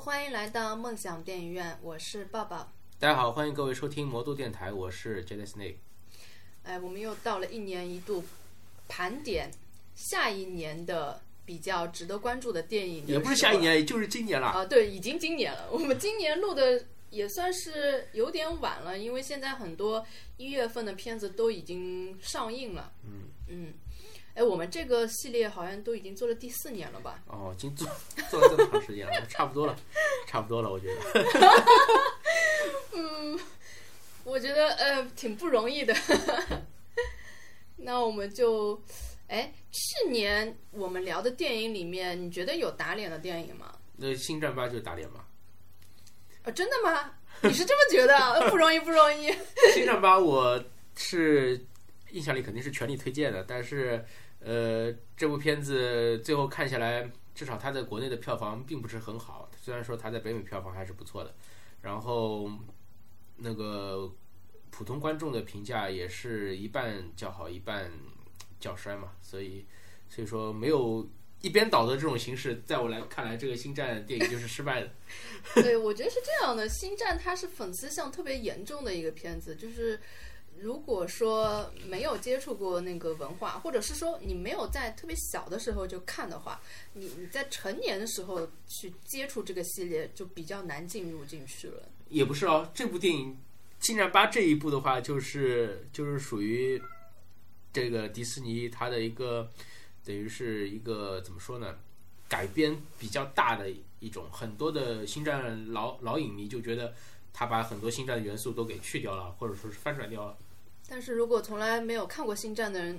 欢迎来到梦想电影院，我是抱抱。大家好，欢迎各位收听魔都电台，我是 J D Snake。哎，我们又到了一年一度盘点下一年的比较值得关注的电影的时候，也不是下一年，也就是今年了。啊，对，已经今年了。我们今年录的也算是有点晚了，因为现在很多一月份的片子都已经上映了。嗯嗯，哎，我们这个系列好像都已经做了第四年了吧？哦，已经做做了这么长时间了， 差不多了，差不多了，我觉得。我觉得呃挺不容易的。 那我们就，哎，去年我们聊的电影里面，你觉得有打脸的电影吗？那《星战八》就是打脸嘛，啊，真的吗？你是这么觉得啊？呃不容易，不容易。 《星战八》我是印象里肯定是全力推荐的，但是呃，这部片子最后看下来，至少它在国内的票房并不是很好，虽然说它在北美票房还是不错的，然后那个普通观众的评价也是一半较好，一半较衰嘛，所以所以说没有。一边倒的这种形式，在我来看来，这个星战电影就是失败的。对，我觉得是这样的，《星战》它是粉丝向特别严重的一个片子，就是如果说没有接触过那个文化，或者是说你没有在特别小的时候就看的话，你你在成年的时候去接触这个系列，就比较难进入进去了。也不是哦，这部电影《星战八》这一部的话，就是就是属于这个迪士尼它的一个等于是一个怎么说呢，改编比较大的一种，很多的星战老老影迷就觉得他把很多星战的元素都给去掉了，或者说是翻转掉了。但是如果从来没有看过《星战》的人，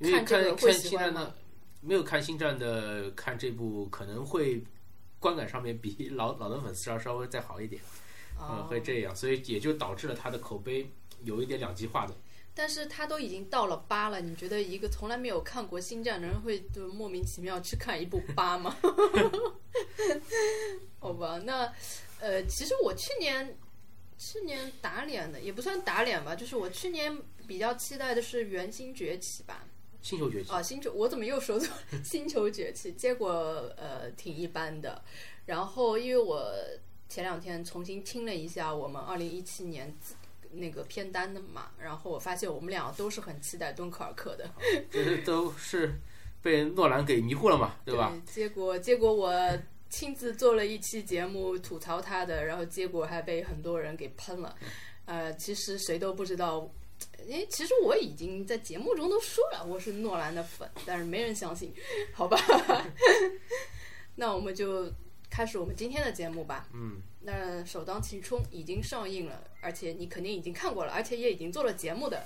因为看这看个会看喜星欢战吗的，没有看星战的看这部可能会观感上面比 老老的粉丝要稍微再好一点，嗯，啊、会这样，所以也就导致了他的口碑有一点两极化的。但是他都已经到了八了，你觉得一个从来没有看过《星战》的人会就莫名其妙去看一部八吗？ 好吧，那呃，其实我去年去年打脸的也不算打脸吧，就是我去年比较期待的是《元星崛起》吧。星球崛起，啊，星球我怎么又说错？ 星球崛起，结果呃挺一般的。然后因为我前两天重新听了一下我们二零一七年自那个片单的嘛，然后我发现我们俩都是很期待敦刻尔克的，这是都是被诺兰给迷惑了嘛，对吧？？结果结果我。亲自做了一期节目吐槽他的，然后结果还被很多人给喷了。嗯呃，其实谁都不知道，因为其实我已经在节目中都说了我是诺兰的粉，但是没人相信，好吧？ 那我们就开始我们今天的节目吧。嗯，那首当其冲已经上映了，而且你肯定已经看过了，而且也已经做了节目的《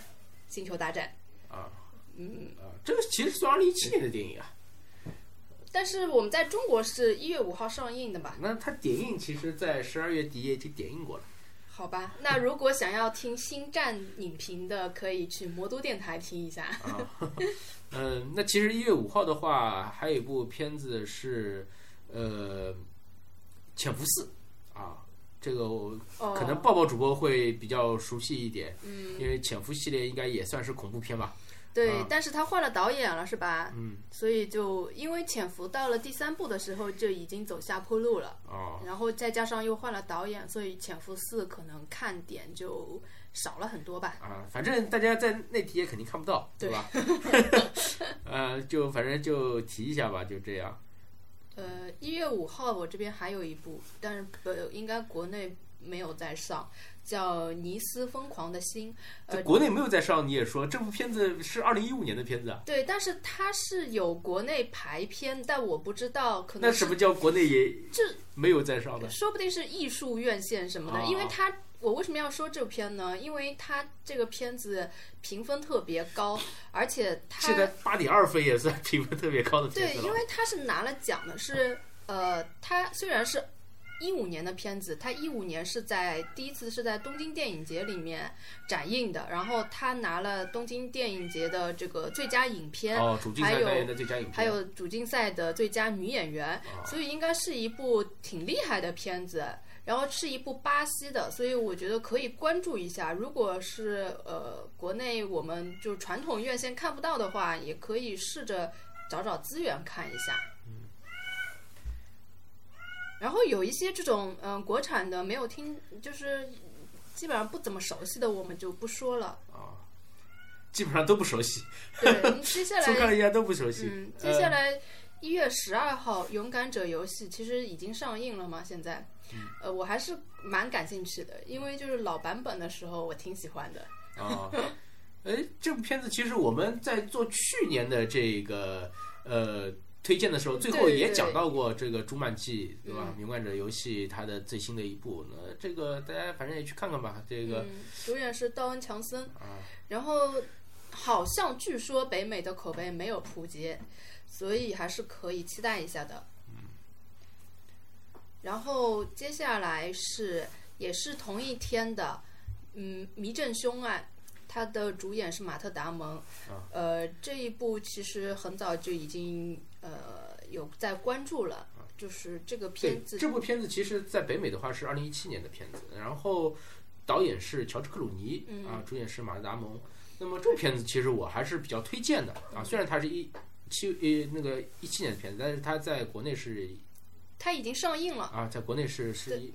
星球大战》。啊嗯，啊，这个其实是二零一七年的电影啊。但是我们在中国是一月五号上映的吧？那它点映其实，在十二月底也已经点映过了。好吧，那如果想要听《星战》影评的，可以去魔都电台听一下。嗯，那其实一月五号的话，还有一部片子是呃《潜伏四》啊，这个我哦，可能抱抱主播会比较熟悉一点，嗯，因为潜伏系列应该也算是恐怖片吧。对，啊但是他换了导演了，是吧？嗯，所以就因为《潜伏》到了第三部的时候就已经走下坡路了，哦，然后再加上又换了导演，所以《潜伏四》可能看点就少了很多吧。啊，反正大家在内地也肯定看不到，对吧？ 呃，就反正就提一下吧，就这样。呃，一月五号我这边还有一部，但是不应该国内没有在上，叫《尼斯疯狂的心》。在呃，国内没有在上，你也说这部片子是二零一五年的片子啊，对，但是它是有国内排片，但我不知道，可那能什么叫国内也这没有在上呢？说不定是艺术院线什么的，哦因为它我为什么要说这片呢？因为它这个片子评分特别高，而且它现在八点二分也算评分特别高的片对，子因了。为它是拿了奖的是，呃，它虽然是一五年的片子，它一五年是在第一次是在东京电影节里面展映的，然后它拿了东京电影节的这个最佳影片，哦，主竞还赛有单元的最佳影片，还有主竞赛的最佳女演员，所以应该是一部挺厉害的片子。然后是一部巴西的，所以我觉得可以关注一下。如果是呃国内我们就传统院线看不到的话，也可以试着找找资源看一下。然后有一些这种嗯、呃国产的没有听，就是基本上不怎么熟悉的，我们就不说了。啊，基本上都不熟悉，对，接下粗看来了一下都不熟悉。嗯，接下来一月十二号，《勇敢者游戏》其实已经上映了嘛，现在，呃，我还是蛮感兴趣的，因为就是老版本的时候我挺喜欢的。啊，哎，这部片子其实我们在做去年的这个呃推荐的时候，最后对也对嗯讲到过这个《朱曼记》，对吧？勇敢者游戏》它的最新的一部，那这个大家反正也去看看吧。这个嗯，主演是道恩·强森，啊，然后好像据说北美的口碑没有普及，所以还是可以期待一下的。然后接下来是也是同一天的，嗯，《迷阵凶案》，它的主演是马特·达蒙。呃，这一部其实很早就已经呃有在关注了，就是这个对片，子这部片子其实在北美的话是二零一七年的片子，然后导演是乔治克鲁尼，嗯啊，主演是马特达蒙。那么这部片子其实我还是比较推荐的啊，虽然它是一七呃那个一七年的片子，但是它在国内是它已经上映了。啊，在国内是是一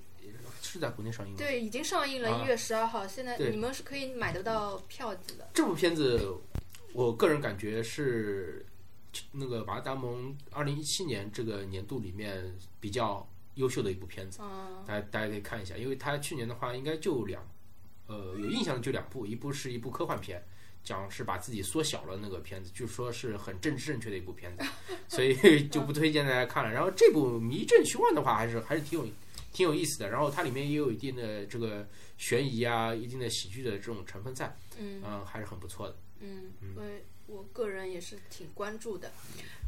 是在国内上映的。对，已经上映了，嗯啊一月十二号，现在对你们是可以买得到票子的。这部片子，我个人感觉是那个马达蒙二零一七年这个年度里面比较优秀的一部片子，嗯，大家大家可以看一下，因为他去年的话应该就两，呃，有印象的就两部，一部是一部科幻片。讲是把自己缩小了那个片子，据说是很政治正确的一部片子， 所以就不推荐大家看了。然后这部《迷阵凶案》的话，还是还是挺有挺有意思的。然后它里面也有一定的这个悬疑啊，一定的喜剧的这种成分在，嗯嗯，还是很不错的。嗯，我我个人也是挺关注的。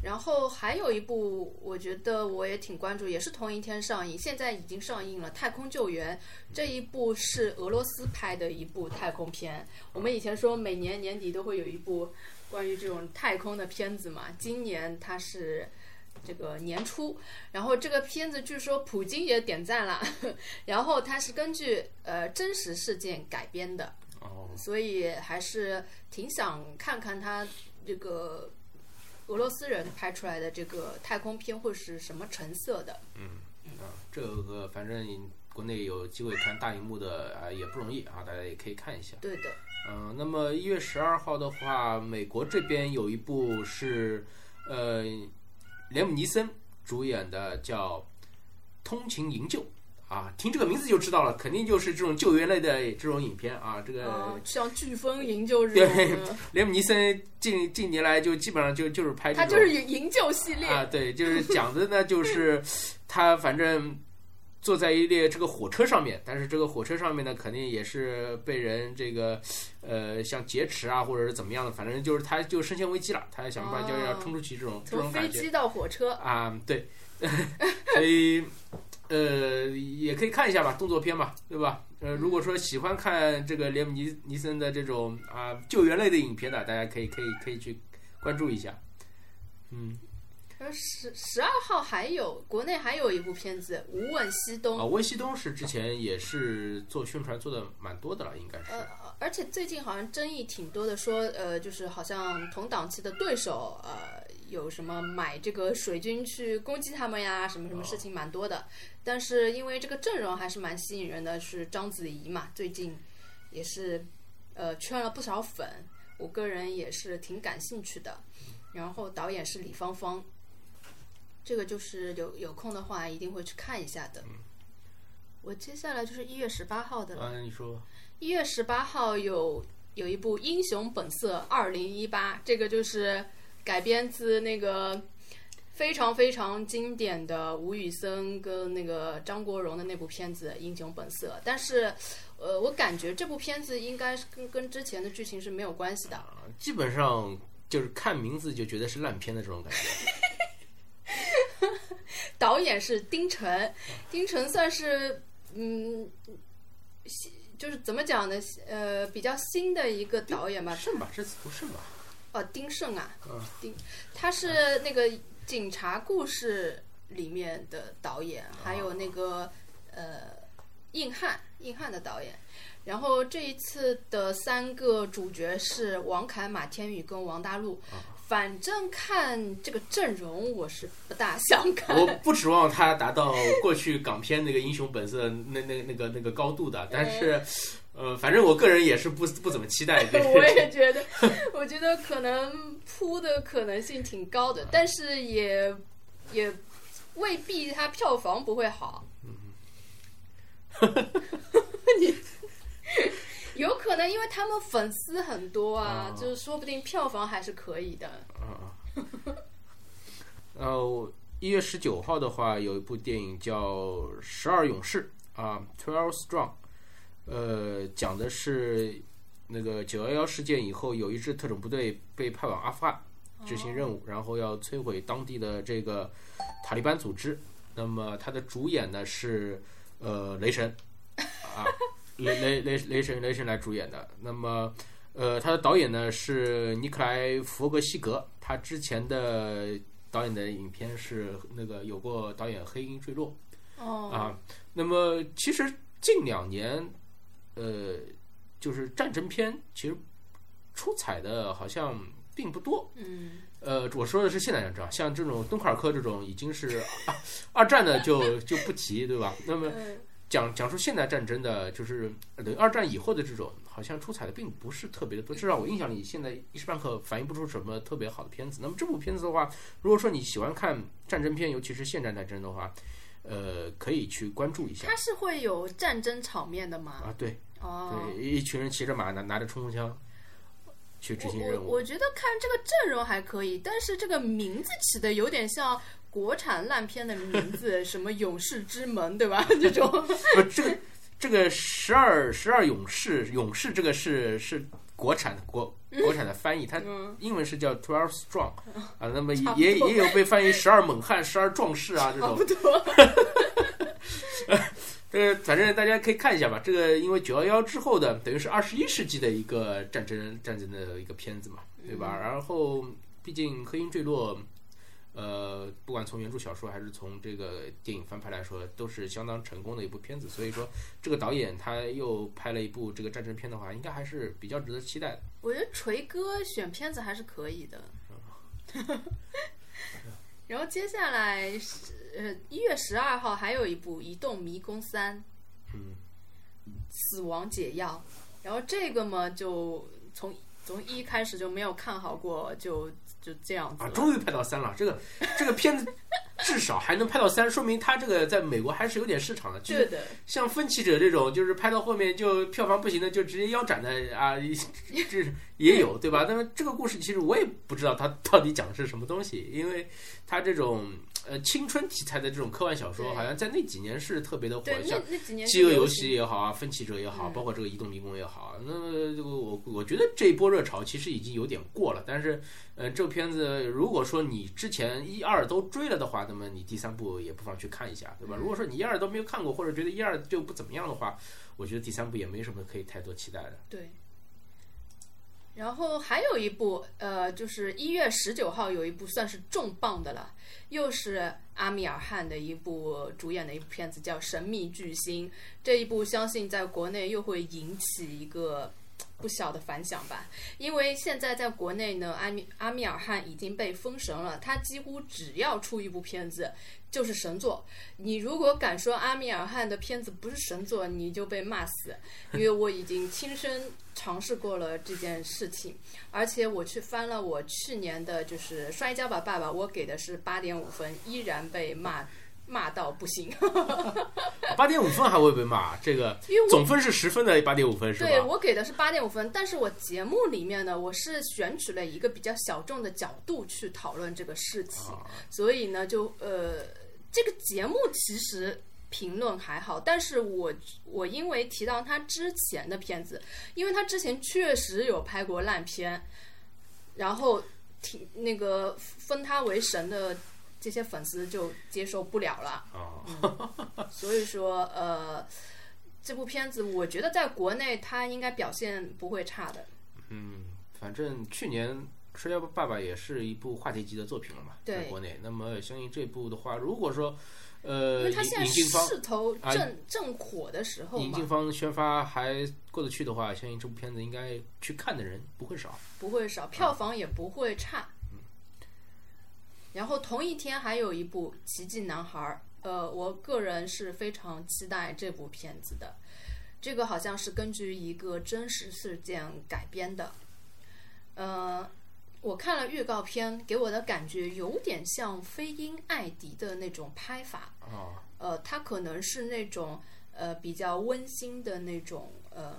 然后还有一部，我觉得我也挺关注，也是同一天上映，现在已经上映了《太空救援》这一部是俄罗斯拍的一部太空片。我们以前说每年年底都会有一部关于这种太空的片子嘛，今年它是。这个年初，然后这个片子据说普京也点赞了， 然后它是根据呃真实事件改编的，哦，所以还是挺想看看他这个俄罗斯人拍出来的这个太空片会是什么成色的。啊，这个反正国内有机会看大荧幕的啊也不容易啊，大家也可以看一下。对的，嗯、那么一月十二号的话，美国这边有一部是呃连姆尼森主演的叫《通勤营救》。啊，听这个名字就知道了，肯定就是这种救援类的这种影片啊。这个嗯，像飓风营救日，对连姆尼森近近年来就基本上就就是拍这他种，就是营救系列，啊，对，就是讲的呢，就是他反正坐在一列这个火车上面，但是这个火车上面呢，肯定也是被人这个呃像劫持啊，或者是怎么样的，反正就是他就身陷危机了，他想办法就要哦冲出去这种、这从种飞感觉机到火车，啊，对， 所以呃也可以看一下吧，动作片嘛，对吧？呃，如果说喜欢看这个连姆尼尼森的这种啊救援类的影片的，大家可以可以可以去关注一下，嗯。然后十十二号还有国内还有一部片子《无问西东》啊，温西东是之前也是做宣传做的蛮多的了，应该是。呃，而且最近好像争议挺多的，说呃，就是好像同档期的对手呃有什么买这个水军去攻击他们呀，什么什么事情蛮多的。但是因为这个阵容还是蛮吸引人的，是章子怡嘛，最近也是呃圈了不少粉，我个人也是挺感兴趣的。然后导演是李芳芳，这个就是有有空的话一定会去看一下的。我接下来就是一月十八号的了。啊，你说一月十八号有有一部《英雄本色二零一八》，这个就是改编自那个非常非常经典的吴宇森跟那个张国荣的那部片子《英雄本色》，但是呃，我感觉这部片子应该是跟跟之前的剧情是没有关系的。啊，基本上就是看名字就觉得是烂片的这种感觉。导演是丁晨，丁晨算是嗯。就是怎么讲呢？呃，比较新的一个导演吧，胜吧，这次不胜吧？哦，丁晟啊嗯，丁，他是那个《警察故事》里面的导演，还有那个呃，硬汉，硬汉的导演。然后这一次的三个主角是王凯、马天宇跟王大陆，反正看这个阵容，我是不大 想看。 我不指望它达到过去港片那个英雄本色的那那那个那个高度的，但是，呃，反正我个人也是不不怎么期 待这我个。也觉得，我觉得可能扑的可能性挺高的，但是也也未必它票房不会好。嗯 你有可能因为他们粉丝很多啊，啊就是说不定票房还是可以的。嗯呃，一月十九号的话，有一部电影叫《十二勇士》啊，《Twelve Strong》，呃，讲的是那个九幺幺事件以后，有一支特种部队被派往阿富汗执哦行任务，然后要摧毁当地的这个塔利班组织。那么它的主演呢是呃雷神啊，雷雷雷雷神雷神来主演的。那么呃，他的导演呢是尼克莱弗格西格，他之前的导演的影片是那个有过导演《黑鹰坠落》哦，啊。那么其实近两年，呃，就是战争片其实出彩的好像并不多。嗯，呃，我说的是现代战争啊，像这种敦刻尔克这种已经是二二战的就就不提，对吧？那么嗯讲讲述现代战争的，就是呃等于二战以后的这种，好像出彩的并不是特别的多，至少我印象里现在一时半刻反映不出什么特别好的片子。那么这部片子的话，如果说你喜欢看战争片，尤其是现代战争的话，呃，可以去关注一下它是会有战争场面的吗？啊。对哦，对，一群人骑着马拿拿着冲锋枪去执行我任我务。我觉得看这个阵容还可以，但是这个名字起的有点像国产烂片的名字，什么《勇士之门》对 吧？这种不，这个这个十二十二勇士勇士这个是是国产的国国产的翻译，它嗯英文是叫 Twelve Strong 啊，那么差不也多也有被翻译十二猛汉、十二壮士啊这差种不。多。这个反正大家可以看一下吧，这个因为九幺幺之后的，等于是二十一世纪的一个战争战争的一个片子嘛，对吧？然后毕竟《黑鹰坠落》。呃，不管从原著小说还是从这个电影翻拍来说，都是相当成功的一部片子。所以说，这个导演他又拍了一部这个战争片的话，应该还是比较值得期待的。我觉得锤哥选片子还是可以的。然后接下来是呃一月十二号还有一部《移动迷宫三》，嗯，死亡解药。然后这个嘛，就从从一开始就没有看好过，就就这样子啊，了。终于拍到三了，这个这个片子至少还能拍到三，说明他这个在美国还是有点市场的。就是对的，像《分歧者》这种，就是拍到后面就票房不行的，就直接腰斩的啊， 这也有对吧？那么这个故事其实我也不知道它到底讲的是什么东西，因为它这种呃青春题材的这种科幻小说，对好像在那几年是特别的火，对像那那几年《是饥饿游流戏行》也好啊，《分歧者》也好，嗯包括这个《移动迷宫》也好，啊那么这个我我觉得这一波热潮其实已经有点过了。但是，呃，这部片子如果说你之前一二都追了的话，那么你第三部也不妨去看一下，对吧？如果说你一二都没有看过，或者觉得一二就不怎么样的话，我觉得第三部也没什么可以太多期待的。对。然后还有一部，呃，就是一月十九号有一部算是重磅的了，又是阿米尔汗的一部主演的一部片子，叫《神秘巨星》。这一部相信在国内又会引起一个不小的反响吧，因为现在在国内呢，阿米阿米尔汗已经被封神了，他几乎只要出一部片子就是神作。你如果敢说阿米尔汗的片子不是神作，你就被骂死。因为我已经亲身尝试过了这件事情，而且我去翻了我去年的，就是《摔跤吧，爸爸》，我给的是八点五分，依然被骂骂到不行。 啊八点五分还会被骂，这个因为我总分是十分的八点五分是对吧？我给的是八点五分，但是我节目里面呢，我是选取了一个比较小众的角度去讨论这个事情，啊，所以呢，就呃，这个节目其实评论还好，但是我我因为提到他之前的片子，因为他之前确实有拍过烂片，然后挺那个封他为神的这些粉丝就接受不了 了。啊，所以说，呃，这部片子我觉得在国内它应该表现不会差的。嗯，反正去年《摔跤爸爸》也是一部话题级的作品了嘛，对在国内。那么相信这部的话，如果说因呃为引它现在引进方势头啊正、正火的时候引进嘛，方宣发还过得去的话，相信这部片子应该去看的人不会少。不会少，票房也不会差。然后同一天还有一部《奇迹男孩》，呃，我个人是非常期待这部片子的。这个好像是根据一个真实事件改编的，呃，我看了预告片，给我的感觉有点像飞鹰艾迪的那种拍法，啊，呃，它可能是那种呃比较温馨的那种呃，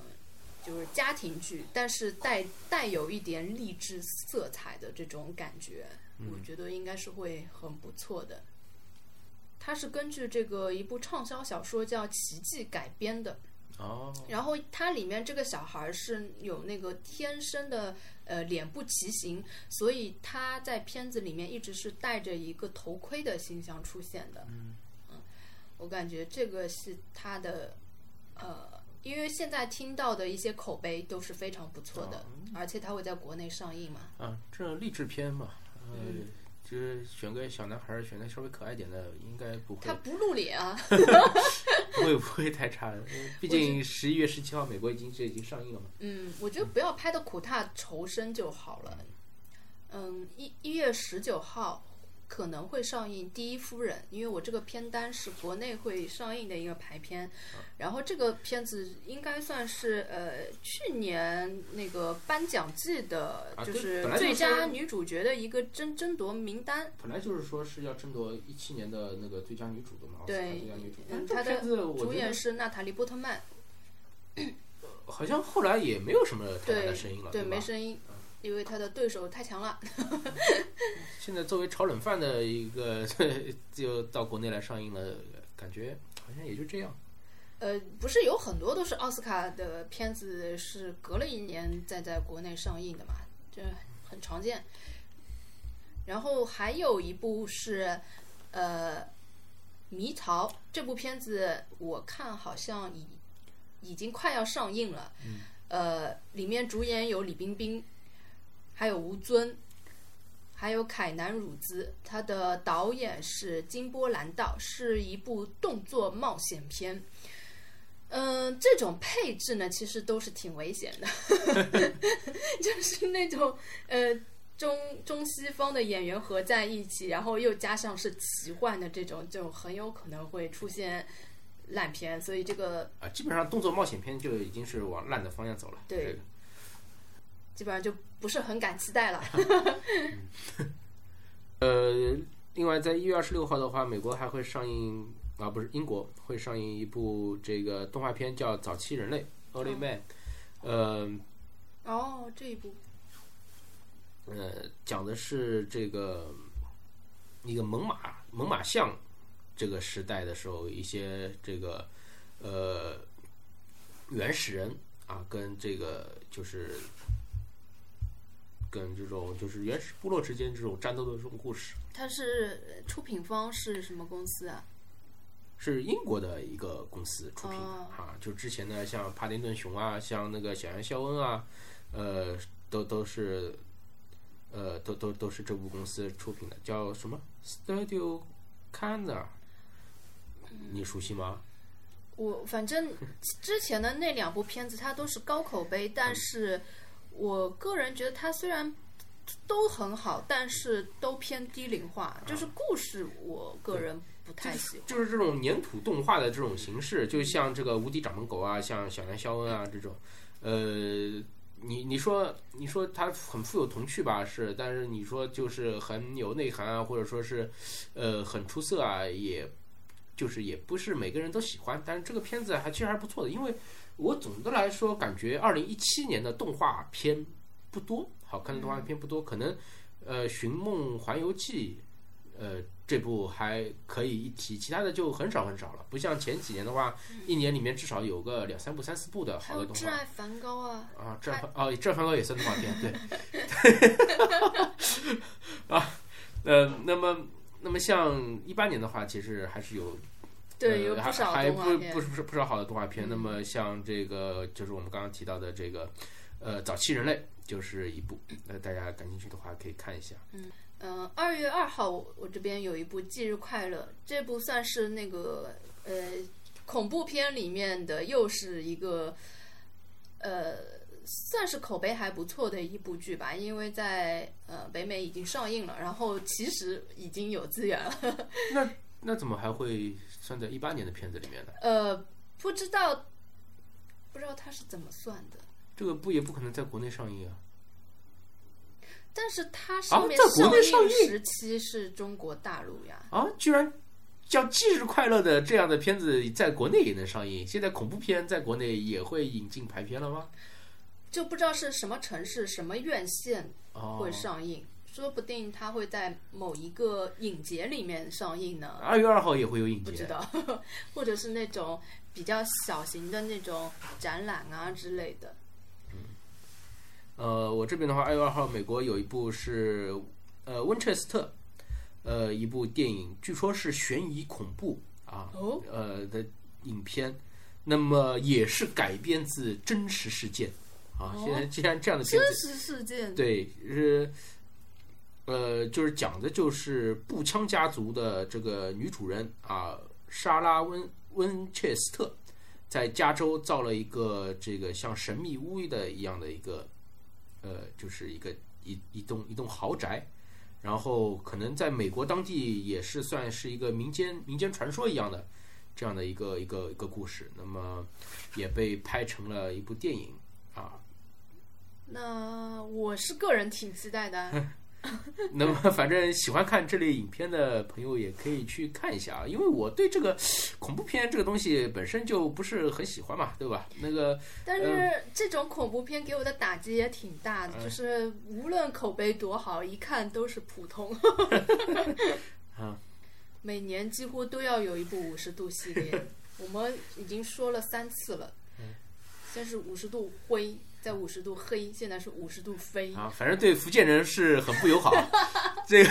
就是家庭剧，但是带带有一点励志色彩的这种感觉，我觉得应该是会很不错的。它是根据这个一部畅销小说叫《奇迹》改编的，哦，然后它里面这个小孩儿是有那个天生的呃脸部畸形，所以他在片子里面一直是戴着一个头盔的形象出现的。嗯，我感觉这个是他的呃，因为现在听到的一些口碑都是非常不错的，而且它会在国内上映嘛。啊，这励志片嘛，呃，嗯就是选个小男孩儿，选个稍微可爱点的，应该不会他不露脸啊，不会不会太差的， 因为毕竟十一月十七号美国已经这已经上映了嘛。嗯，我觉得不要拍的苦大仇深就好了。嗯，一一月十九号可能会上映《第一夫人》，因为我这个片单是国内会上映的一个排片。啊然后这个片子应该算是呃去年那个颁奖季的啊，就对是本来就最是佳女主角的一个争争夺名单。本来就是说是要争夺一七年的那个最佳女主的嘛，奥斯卡对最佳女主嗯。但是这她的片子我主觉演得啊是娜塔莉波特曼，好像后来也没有什么太大对的声音了，对，没吧？啊声音，因为她的对手太强了。现在作为炒冷饭的一个， 就到国内来上映了，感觉好像也就这样。呃，不是有很多都是奥斯卡的片子是隔了一年再在国内上映的嘛，这很常见。然后还有一部是呃《迷逃》这部片子，我看好像已已经快要上映了。嗯、呃，里面主演有李冰冰，还有吴尊，还有凯南·汝兹。他的导演是金波兰道，是一部动作冒险片。嗯，这种配置呢，其实都是挺危险的， 就是那种呃中中西方的演员合在一起，然后又加上是奇幻的这种，就很有可能会出现烂片，所以这个啊，基本上动作冒险片就已经是往烂的方向走了。对这个基本上就不是很敢期待了。呃，另外在一月二十六号的话，美国还会上映啊，不是英国会上映一部这个动画片叫《早期人类》（Early Man），、哦，这一部，呃呃，讲的是这个一个猛犸猛犸象这个时代的时候，一些这个呃原始人啊，跟这个就是跟这种就是原始部落之间这种战斗的这种故事。它是出品方是什么公司啊？是英国的一个公司出品的、哦啊，就之前呢，像帕丁顿熊啊，像那个小羊肖恩啊，呃，都都是，呃，都都都是这部公司出品的，叫什么 Studio Canada，你熟悉吗？我反 正之前的那两部片子，它都是高口碑，但是我个人觉得它虽然都很好，但是都偏低龄啊化，就是故事我个人不太喜欢。就是这种粘土动画的这种形式，就像这个《无敌掌门狗》啊，像《小羊肖恩》啊这种，呃，你你说你说它很富有童趣吧，是，但是你说就是很有内涵啊，或者说是，呃，很出色啊，也就是也不是每个人都喜欢，但是这个片子还其实还不错的，因为我总的来说感觉二零一七年的动画片不多，好看的动画片不多，可能呃《寻梦环游记》呃这部还可以一提，其他的就很少很少了，不像前几年的话，一年里面至少有个两三部、三四部的还好有《的动挚画。爱梵高》啊，啊，这番哦，这番高也算动画片，对， 啊，呃，那么那么像一八年的话，其实还是有对，呃有不还少还动画不片嗯不。是不是不少好的动画片。那么像这个就是我们刚刚提到的这个呃早期人类，就是一部，呃大家感兴趣的话可以看一下。嗯，二月二号我我这边有一部《忌日快乐》，这部算是那个呃恐怖片里面的，又是一个呃算是口碑还不错的一部剧吧，因为在呃北美已经上映了，然后其实已经有资源了。那那怎么还会算在一八年的片子里面呢？呃，不知道不知道它是怎么算的，这个不也不可能在国内上映啊？但是它啊上面在国内上映映时期是中国大陆呀。啊，居然叫《忌日快乐》的这样的片子在国内也能上映，现在恐怖片在国内也会引进排片了吗？就不知道是什么城市、什么院线哦会，上映，说不定它会在某一个影节里面上映呢，二月二号也会有影不知节。道，或者是那种比较小型的那种展览啊之类的。呃，我这边的话，二月二号美国有一部是呃温彻斯特，呃一部电影，据说是悬疑恐怖啊，哦，呃的影片，那么也是改编自真实事件啊。哦现在既然这样的片真子实事件，对，是，呃，就是讲的就是步枪家族的这个女主人啊，莎拉温温切斯特，在加州造了一个这个像神秘屋的一样的一个，呃，就是一个一一栋一栋豪宅。然后可能在美国当地也是算是一个民间民间传说一样的这样的一个一个一个故事，那么也被拍成了一部电影啊，那我是个人挺期待的啊。嗯那么，反正喜欢看这类影片的朋友也可以去看一下啊，因为我对这个恐怖片这个东西本身就不是很喜欢嘛，对吧？那个但是这种恐怖片给我的打击也挺大的，嗯就是无论口碑多好，一看都是普通。啊每年几乎都要有一部五十度系 列，我们已经说了三次了。嗯先是五十度灰，再五十度黑，现在是五十度飞。啊，反正对福建人是很不友好。这个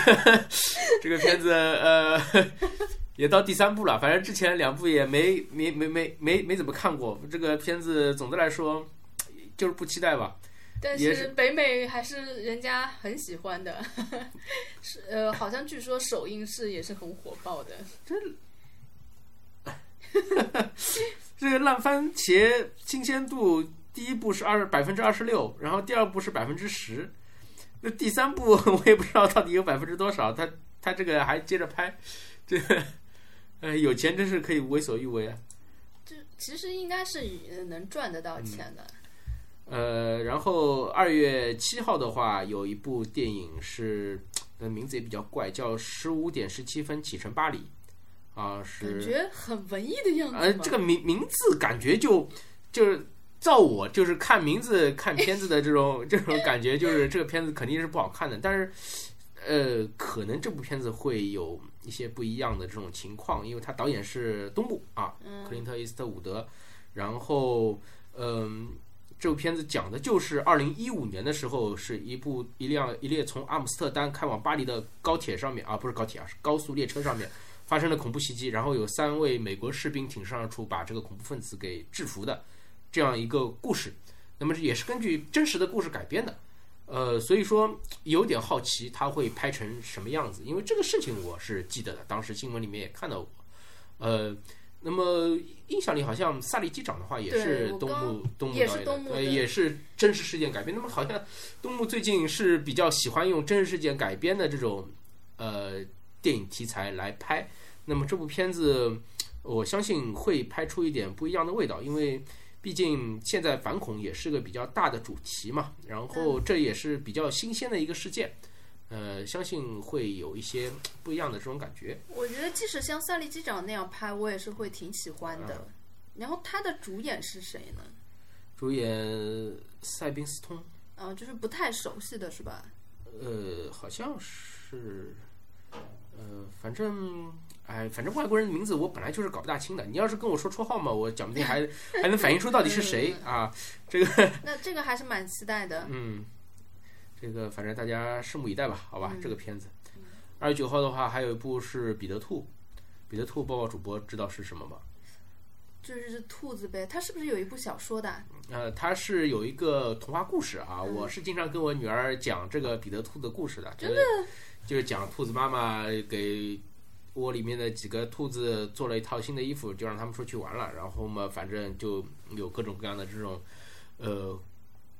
这个片子呃， 也到第三部了，反正之前两部也没没没没没没怎么看过。这个片子总的来说就是不期待吧。但也是是北美还是人家很喜欢的， 是呃，好像据说首映式也是很火爆的。这个烂番茄新鲜度，第一步是二百分之二十六，然后第二步是百分之十，那第三步 我也不知道到底有百分之多少，他他这个还接着拍，这个呃有钱真是可以为所欲为啊。就其实应该是呃能赚得嗯到钱的。呃，然后二月七号的话，有一部电影是，呃，名字也比较怪，叫《十五点十七分启程巴黎》，啊，是感觉很文艺的样子嘛。呃，这个名名字感觉就就是照我就是看名字看片子的这种这种感觉，就是这个片子肯定是不好看的。但是，呃，可能这部片子会有一些不一样的这种情况，因为它导演是东部啊，克林嗯，特·伊斯特伍德。然后，嗯、这部片子讲的就是二零一五年的时候，是一部一辆一列从阿姆斯特丹开往巴黎的高铁上面啊，不是高铁啊，是高速列车上面发生了恐怖袭击，然后有三位美国士兵挺身而出，把这个恐怖分子给制服的这样一个故事。那么这也是根据真实的故事改编的。呃，所以说有点好奇他会拍成什么样子，因为这个事情我是记得的，当时新闻里面也看到过。呃，那么印象里好像萨利机长的话也对是我东刚木东木也导是演东木的，呃，的也是真实事件改编。那么好像东木最近是比较喜欢用真实事件改编的这种呃电影题材来拍。那么这部片子，我相信会拍出一点不一样的味道，因为毕竟现在反恐也是个比较大的主题嘛，然后这也是比较新鲜的一个事件，呃，相信会有一些不一样的这种感觉。我觉得即使像萨利机长那样拍，我也是会挺喜欢啊的。然后他的主演是谁呢？主演塞宾斯通，啊，就是不太熟悉的是吧？ 呃，好像是，呃，反正，哎，反正外国人的名字我本来就是搞不大清的。你要是跟我说绰号嘛，我讲不定还还能反映出到底是谁啊。这个，那这个还是蛮期待的。嗯，这个反正大家拭目以待吧，好吧，嗯这个片子。二十九号的话，还有一部是《彼得兔》，彼得兔抱抱主播知道是什么吗？就是兔子呗，他是不是有一部小说的啊？呃，它是有一个童话故事啊，嗯我是经常跟我女儿讲这个彼得兔的故事的，真的，就是讲兔子妈妈给窝里面的几个兔子做了一套新的衣服，就让他们出去玩了，然后嘛，反正就有各种各样的这种呃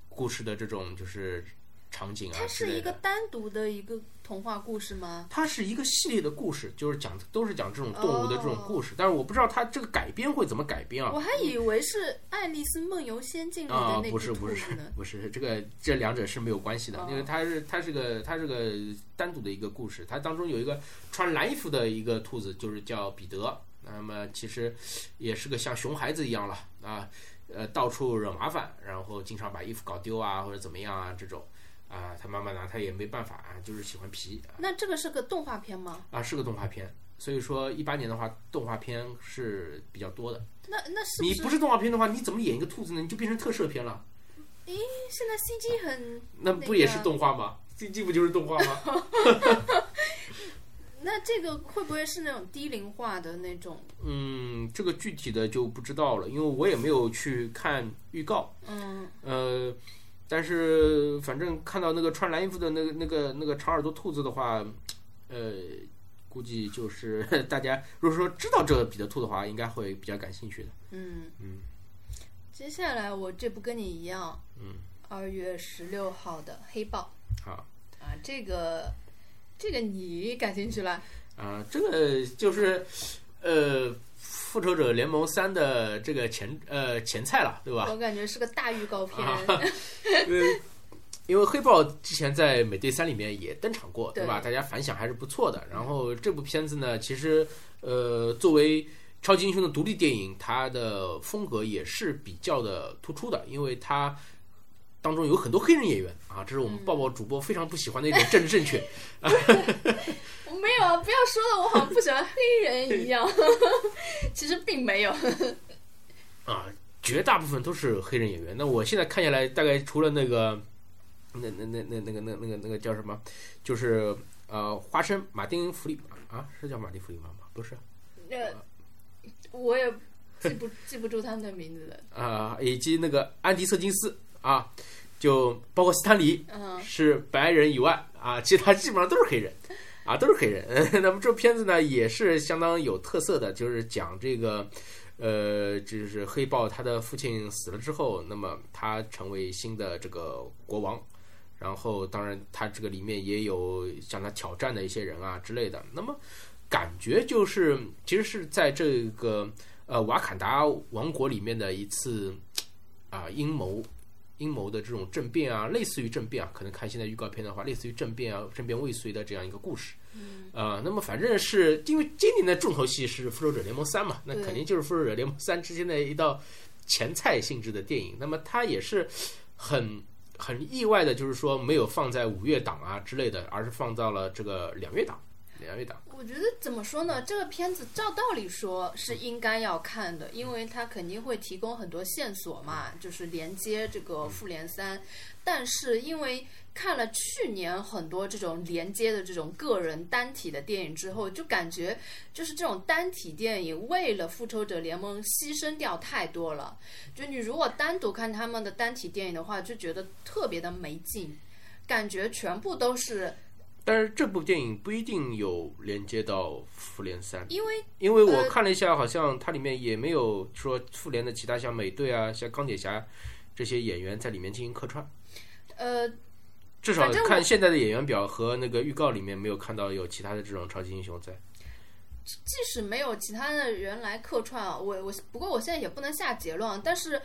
故事的这种就是场景啊它之是一类个的。单独的一个童话故事吗？它是一个系列的故事，就是讲都是讲这种动物的这种故事，但是我不知道它这个改编会怎么改编啊。哦我还以为是《爱丽丝梦游仙境》里啊的，那不只是兔不是子呢。不是， 这个这两者是没有关系的哦，因为它是它是个它是个单独的一个故事，它当中有一个穿蓝衣服的一个兔子，就是叫彼得，那么其实也是个像熊孩子一样了啊，呃，到处惹麻烦，然后经常把衣服搞丢啊或者怎么样啊这种。啊，他妈妈拿他也没办法啊，就是喜欢皮啊那这个是个动画片吗？啊，是个动画片，所以说一八年的话，动画片是比较多的。那那是你是？不是动画片的话，你怎么演一个兔子呢？你就变成特摄片了。现在 CG 很，那不也是动画吗？这这不就是动画吗？ 那这个会不会是那种低龄化的那种？嗯，这个具体的就不知道了，因为我也没有去看预告。嗯，呃，但是反正看到那个穿蓝衣服的那个那个那个长耳朵兔子的话，呃，估计就是 大家如果说知道这个彼得兔的话，应该会比较感兴趣的。嗯嗯，接下来我这不跟你一样，嗯，二月十六号的黑豹好。啊，这个这个你感兴趣了？啊，这个就是呃，《复仇者联盟三》的这个前呃前菜了，对吧？ 我感觉是个大预 告片，呃，因为黑豹之前在《美队三》里面也登场过，对吧？对大家反响还是不错的。然后这部片子呢，其实呃，作为超级英雄的独立电影，它的风格也是比较的突出的，因为它。当中有很多黑人演员啊，这是我们抱抱主播非常不喜欢的一种政治正确。我没有啊，不要说的我好像不喜欢黑人一样， 其实并没有。啊，绝大部分都是黑人演员。那我现在看下来，大概除了那个，那那那那那个那那个那个叫什么，就是呃，花生马丁弗里啊，是叫马丁弗里曼吗？不是那我也记不记不住他们的名字的，啊、以及那个安迪瑟金斯啊，就包括斯坦李嗯，是白人以外啊，其他基本上都是黑人，啊，都是黑人。 那么这部片子呢，也是相当有特色的，就是讲这个，呃，就是黑豹他的父亲死了之后，那么他成为新的这个国王。然后，当然，他这个里面也有向他挑战的一些人啊之类的。那么，感觉就是其实是在这个呃瓦坎达王国里面的一次啊、阴谋阴谋的这种政变啊，类似于政变啊，可能看现在预告片的话，类似于政变啊、政变未遂的这样一个故事。嗯，呃，那么反正是因为今年的重头戏是《复仇者联盟三》嘛，那对肯定就是《复仇者联盟三》之间的一道前菜性质的电影。那么它也是很很意外的，就是说没有放在五月档啊之类的，而是放到了这个两月档，两月档。我觉得怎么说呢？这个片子照道理说是应该要看的，因为它肯定会提供很多线索嘛，就是连接这个复联三。但是因为看了去年很多这种连接的这种个人单体的电影之后，就感觉就是这种单体电影为了复仇者联盟牺牲掉太多了。就你如果单独看他们的单体电影的话，就觉得特别的没劲，感觉全部都是但是这部电影不一定有连接到《复联三》，因呃为因为我看了一下，好像它里面也没有说复联的其他像美队啊、像钢铁侠这些演员在里面进行客串。呃。至少反正我看现在的演员表和那个预告里面没有看到有其他的这种超级英雄在。即使没有其他的人来客串啊，我我不过我现在也不能下结论，啊但是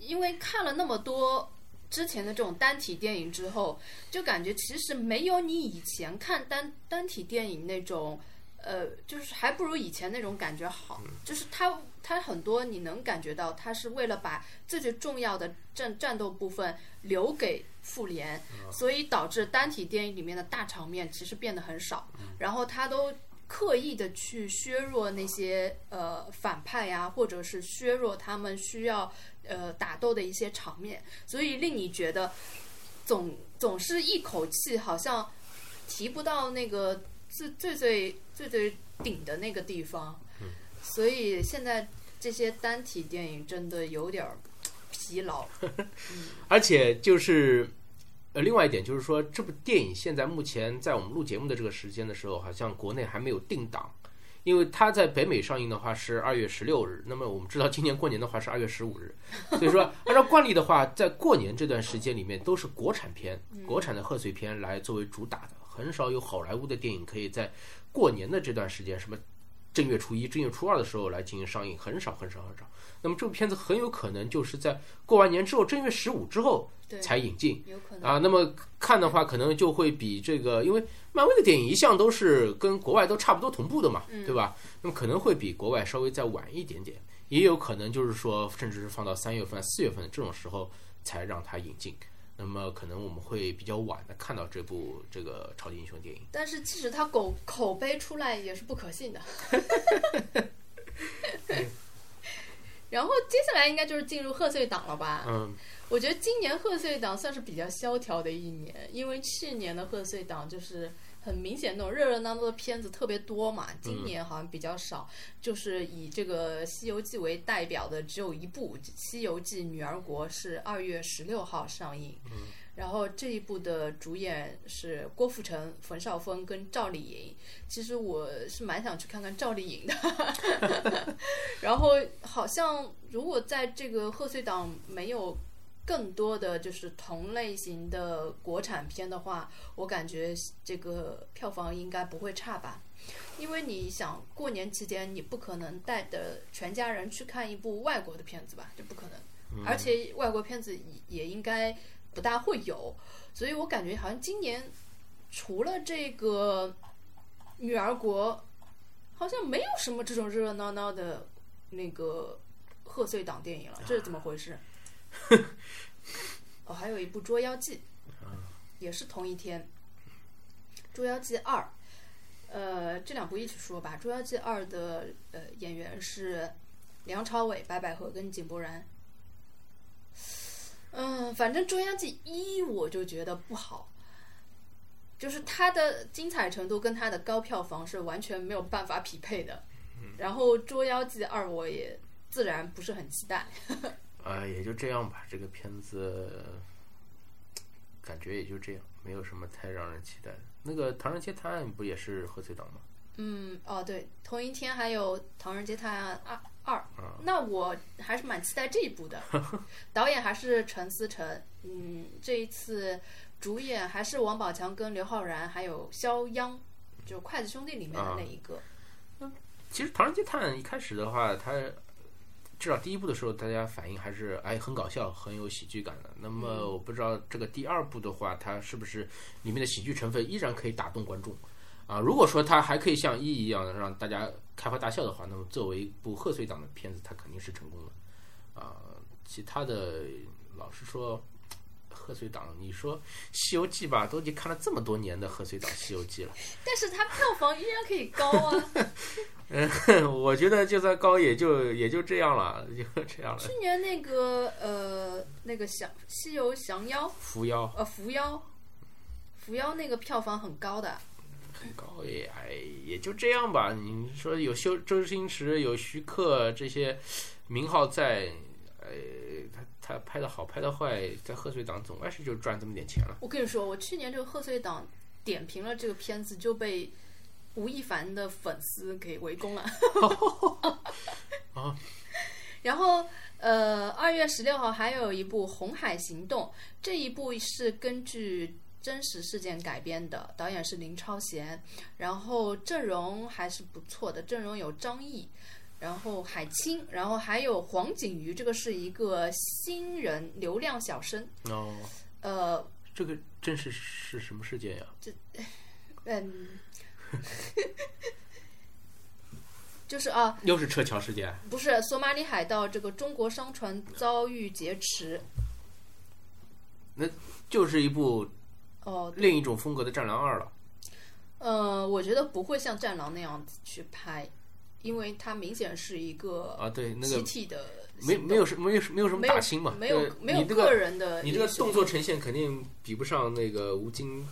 因为看了那么多之前的这种单体电影之后，就感觉其实没有你以前看单单体电影那种，呃，就是还不如以前那种感觉好，就是它。它很多你能感觉到，它是为了把最最重要的战战斗部分留给复联，所以导致单体电影里面的大场面其实变得很少，然后它都刻意的去削弱那些呃反派呀、或者是削弱他们需要呃打斗的一些场面，所以令你觉得总总是一口气好像提不到那个最最最最最顶的那个地方，所以现在这些单体电影真的有点儿疲劳，而且就是呃，另外一点就是说，这部电影现在目前在我们录节目的这个时间的时候，好像国内还没有定档。因为它在北美上映的话是二月十六日，那么我们知道今年过年的话是二月十五日，所以说按照惯例的话，在过年这段时间里面都是国产片、国产的贺岁片来作为主打的，很少有好莱坞的电影可以在过年的这段时间，什么正月初一、正月初二的时候来进行上映，很少很少很少。那么这部片子很有可能就是在过完年之后，正月十五之后对，才引进。有可能。啊，那么看的话，可能就会比这个，因为漫威的电影一向都是跟国外都差不多同步的嘛，对吧？那么可能会比国外稍微再晚一点点，也有可能就是说，甚至是放到三月份、四月份这种时候才让它引进。那么可能我们会比较晚的看到这部这个超级英雄电影。但是即使它口口碑出来也是不可信的。然后接下来应该就是进入贺岁档了吧？嗯，我觉得今年贺岁档算是比较萧条的一年，因为去年的贺岁档就是很明显那种热热闹闹的片子特别多嘛，今年好像比较少，就是以这个《西游记》为代表的只有一部《西游记女儿国》是二月十六号上映，然后这一部的主演是郭富城、冯绍峰跟赵丽颖。其实我是蛮想去看看赵丽颖的， 然后好像如果在这个贺岁档没有更多的就是同类型的国产片的话，我感觉这个票房应该不会差吧。因为你想过年期间，你不可能带着全家人去看一部外国的片子吧？这不可能，而且外国片子也也应该不大会有，所以我感觉好像今年除了这个女儿国，好像没有什么这种热热闹闹的那个贺岁档电影了，这是怎么回事？哦，还有一部《捉妖记》，也是同一天，《捉妖记二》。呃，这两部一起说吧，《捉妖记二》的呃演员是梁朝伟、白百合跟井柏然。嗯，反正《捉妖记一》我就觉得不好，就是它的精彩程度跟它的高票房是完全没有办法匹配的。然后《捉妖记二》我也自然不是很期待。啊，也就这样吧。这个片子感觉也就这样，没有什么太让人期待的。那个《唐人街探案》不也是贺岁档吗？嗯，哦对，同一天还有《唐人街探案二二》，那我还是蛮期待这一部的。导演还是陈思诚，嗯，这一次主演还是王宝强跟刘昊然，还有肖央，就《筷子兄弟》里面的那一个。其实《唐人街探案》一开始的话，它至少第一部的时候，大家反应还是哎很搞笑，很有喜剧感的。那么我不知道这个第二部的话，它是不是里面的喜剧成分依然可以打动观众啊？如果说它还可以像一一样让大家开怀大笑的话，那么作为一部贺岁档的片子，它肯定是成功的啊。其他的，老实说。贺岁档，你说《西游记》吧，都已经看了这么多年的贺岁档《西游记》了。但是它票房依然可以高啊！ 我觉得就算高也就也就这样了， 就这样了。去年那个呃，那个降西游降妖，扶摇呃，伏妖，伏妖那个票房很高的，很高也哎也就这样吧。你说有周周星驰、有徐克这些名号在，呃，他他拍的好拍的坏，在贺岁档总归是就赚这么点钱了。我跟你说，我去年这个贺岁档点评了这个片子，就被吴亦凡的粉丝给围攻了。 然后，呃，二月十六号还有一部《红海行动》，这一部是根据真实事件改编的，导演是林超贤，然后阵容还是不错的，阵容有张译，然后海清，然后还有黄景瑜，这个是一个新人流量小生，哦，呃，这个真是是什么事件呀？嗯， 就是啊，又是撤侨事件？不是索马里海盗这个中国商船遭遇劫持，就是一部哦，另一种风格的《战狼二》了。呃，我觉得不会像《战狼》那样子去拍，因为它明显是一个啊，对，那集个体的没行动，没有什没有什没有什么没有大星嘛，没有对没有你这个个人的呃你这个英雄动作呈现肯定比不上那个吴京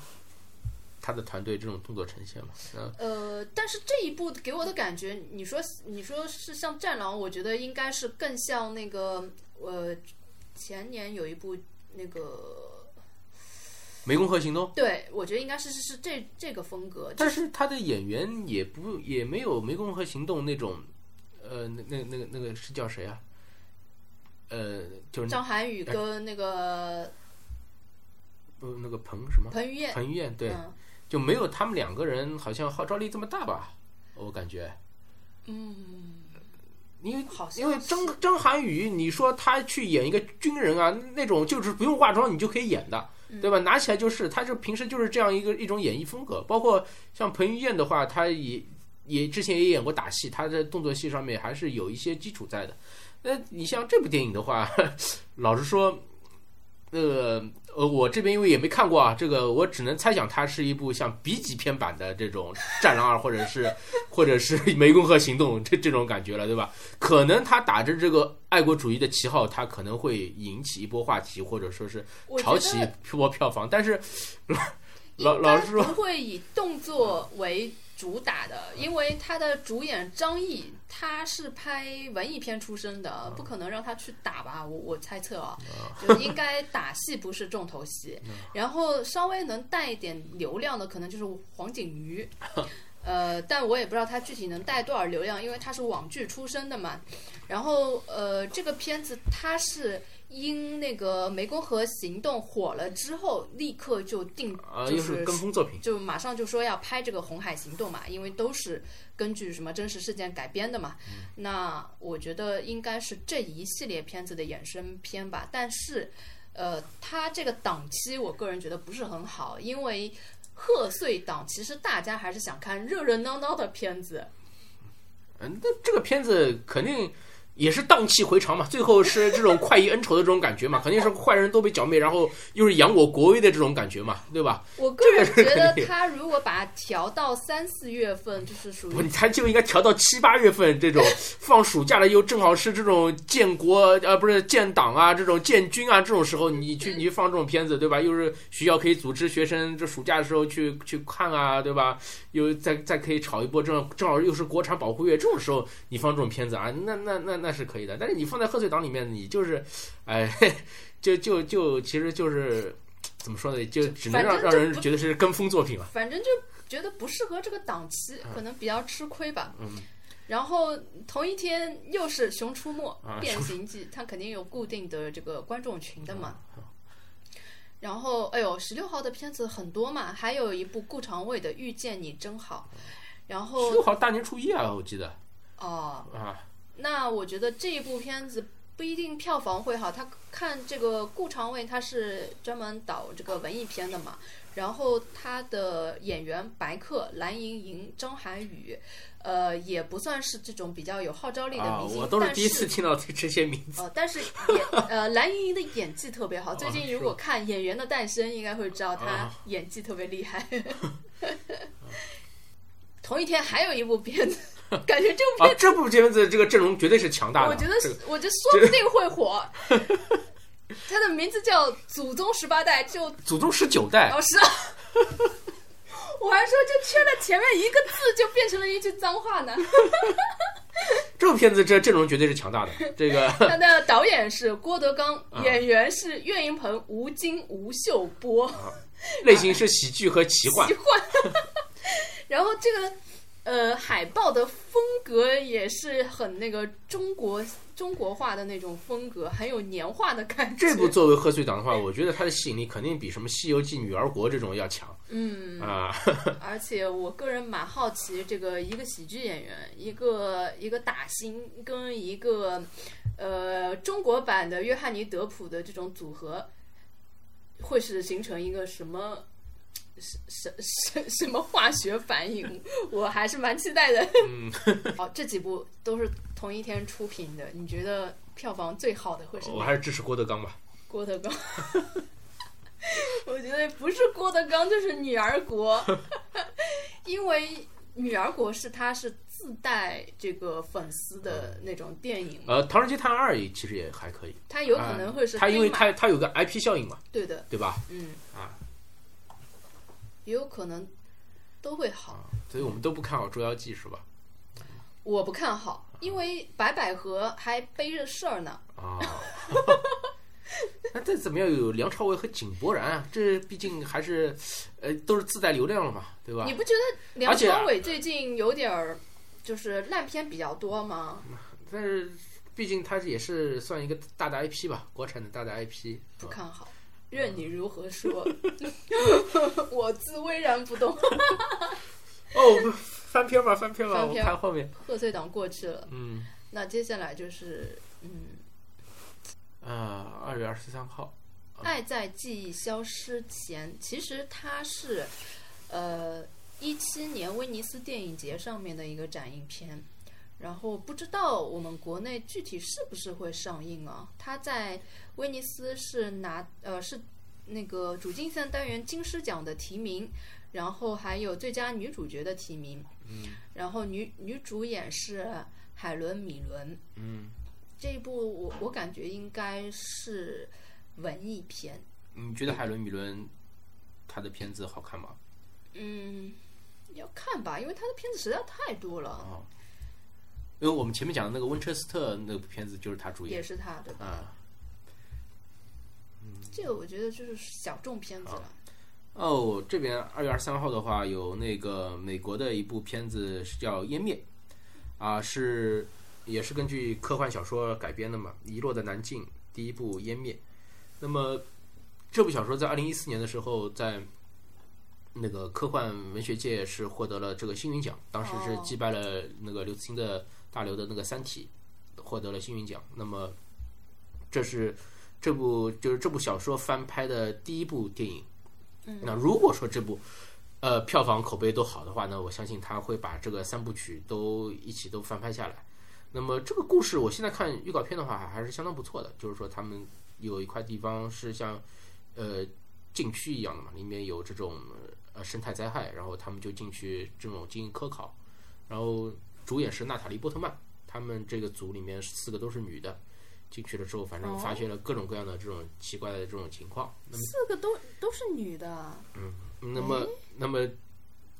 他的团队这种动作呈现嘛。嗯，呃，但是这一部给我的感觉，你说你说是像《战狼》，我觉得应该是更像那个呃，前年有一部那个湄公河行动》，对，我觉得应该是是是这这个风格，就但是他的演员也不也没有《湄公河行动》那种，呃，那那那个那个是叫谁啊？呃，就是那张涵予跟那个呃那个彭什么彭于晏，彭于晏，对，嗯就没有他们两个人好像号召力这么大吧？我感觉，嗯，因为好像因为是张张涵予，你说他去演一个军人啊，那种就是不用化妆你就可以演的，嗯对吧？拿起来就是，他就平时就是这样一个一种演绎风格。包括像彭于晏的话，他也也之前也演过打戏，他在动作戏上面还是有一些基础在的。那你像这部电影的话， 老实说，那个呃，我这边因为也没看过啊，这个我只能猜想它是一部像 B 级片版的这种《战狼二》或者是 或者是《湄公河行动》这这种感觉了，对吧？可能他打着这个爱国主义的旗号，他可能会引起一波话题，或者说是我觉炒起得一波票房，但是 老应老该实说不会以动作为主打的，因为他的主演张译他是拍文艺片出身的，不可能让他去打吧？我我猜测啊，就应该打戏不是重头 啊戏，然后稍微能带一点流量的，可能就是黄景瑜。呃，但我也不知道他具体能带多少流量，因为他是网剧出身的嘛。然后呃，这个片子它是因那个湄公河行动火了之后，立刻就定啊、就又是是跟风作品，就马上就说要拍这个《红海行动》嘛，因为都是根据什么真实事件改编的嘛。嗯那我觉得应该是这一系列片子的衍生片吧。但是，呃，它这个档期我个人觉得不是很好，因为贺岁档其实大家还是想看热热闹闹的片子。嗯，那这个片子肯定也是荡气回肠嘛，最后是这种快意恩仇的这种感觉嘛，肯定是坏人都被剿灭，然后又是扬我国威的这种感觉嘛，对吧？我个人觉这个得是可以它如果把它调到三四月份，就是属不，于你他就应该调到七八月 份这种放暑假了，又正好是这种建国呃不是建党啊，这种建军啊这种时候，你去你去放这种片子，对吧？又是学校可以组织学生这暑假的时候去去看啊，对吧？又再再可以炒一波，这种正好又是国产保护月，这种时候你放这种片子啊，那那那那是可以的。但是你放在贺岁档里面，你就是，哎， 就就就其实就是怎么说呢，就只能让反正让就人不觉得是跟风作品了。反正就觉得不适合这个档期，可能比较吃亏吧。嗯然后同一天又是《熊出没啊》 《变形记》，它肯定有固定的这个观众群的嘛。然后，哎呦，十六号的片子很多嘛，还有一部顾长卫的《遇见你真好》，然十后六号大年初一啊，我记得哦，啊。那我觉得这一部片子不一定票房会好。他看这个顾长卫，他是专门导这个文艺片的嘛。然后他的演员白客、蓝盈莹、张涵予，呃，也不算是这种比较有号召力的啊，明星，我都是但第一次听到这这些名字。呃，但是演呃蓝盈莹的演技特别好，最近是如果看《演员的诞生》，应该会知道她啊演技特别厉害。 同一天还有一部片子，感觉这部啊片，这部片子这个阵容绝对是强大的。我觉得这个我觉得说不定会 火。它的名字叫《祖宗十八代》，就祖宗十九代老师，我还说就缺了前面一个字，就变成了一句脏话呢。这部片子这阵容绝对是强大的。 这个它的导演是郭德纲，啊演员是岳云鹏、吴京、吴秀波。类型是喜剧和奇幻奇，幻。 然后这个呃海报的风格也是很那个中国中国化的那种风格，很有年画的感觉。这部作为贺岁档的话，我觉得它的吸引力肯定比什么《西游记》《女儿国》这种要强嗯，啊。而且我个人蛮好奇，这个一个喜剧演员，一个一个打星，跟一个呃中国版的约翰尼·德普的这种组合，会是形成一个什么？什什什什么化学反应？ 我还是蛮期待的。嗯，好，这几部都是同一天出品的，你觉得票房最好的会是哪我还是支持郭德纲吧。郭德纲。 我觉得不是郭德纲就是女儿国， 因为女儿国是他是自带这个粉丝的那种电影嘛，呃，《唐人街探案二》也其实也还可以，他有可能会是啊它因黑为马它它有个 IP 效应嘛，对的，对吧？嗯啊，也有可能都会好。啊，所以我们都不看好《捉妖记》是吧？我不看好，因为白百合还背着事儿呢，啊， 那再怎么样有梁朝伟和井柏然啊，这毕竟还是，呃，都是自带流量了嘛，对吧啊你？不觉得梁朝伟最近有点儿就是烂片比较多吗？但是毕竟他也是算一个大的 IP 吧，国产的大的 IP。不看好，任你如何说，我自巍然不动。哦，翻篇吧，翻篇吧，翻我篇看后面。贺岁档过去了，嗯那接下来就是嗯，啊，二、月二十三号， 《爱在记忆消失前》，其实它是呃一七年威尼斯电影节上面的一个展映片，然后不知道我们国内具体是不是会上映啊？它在威尼斯是拿呃是那个主竞赛单元金狮奖的提名，然后还有最佳女主角的提名，嗯然后女女主演是海伦米伦。嗯，这一部我我感觉应该是文艺片，你觉得海伦米伦他的片子好看吗？嗯，要看吧，因为他的片子实在太多了，啊，因为我们前面讲的那个温彻斯特那部片子就是他主也演嗯是他的。啊。这个我觉得就是小众片子了。哦，这边二月二十三号的话，有那个美国的一部片子是叫《湮灭》，啊，是也是根据科幻小说改编的嘛，《遗落的南境》第一部《湮灭》。那么这部小说在二零一四年的时候，在那个科幻文学界是获得了这个星云奖，当时是哦击败了那个刘慈欣的大刘的那个《三体》，获得了星云奖。那么这是这部就是这部小说翻拍的第一部电影。那如果说这部呃票房口碑都好的话呢，我相信他会把这个三部曲都一起都翻拍下来。那么这个故事，我现在看预告片的话，还是相当不错的。就是说，他们有一块地方是像呃禁区一样的嘛，里面有这种呃生态灾害，然后他们就进去这种进行科考。然后主演是娜塔莉波特曼，他们这个组里面四个都是女的。进去了之后，反正哦发现了各种各样的这种奇怪的这种情况。那么四个都都是女的，那哎么，那么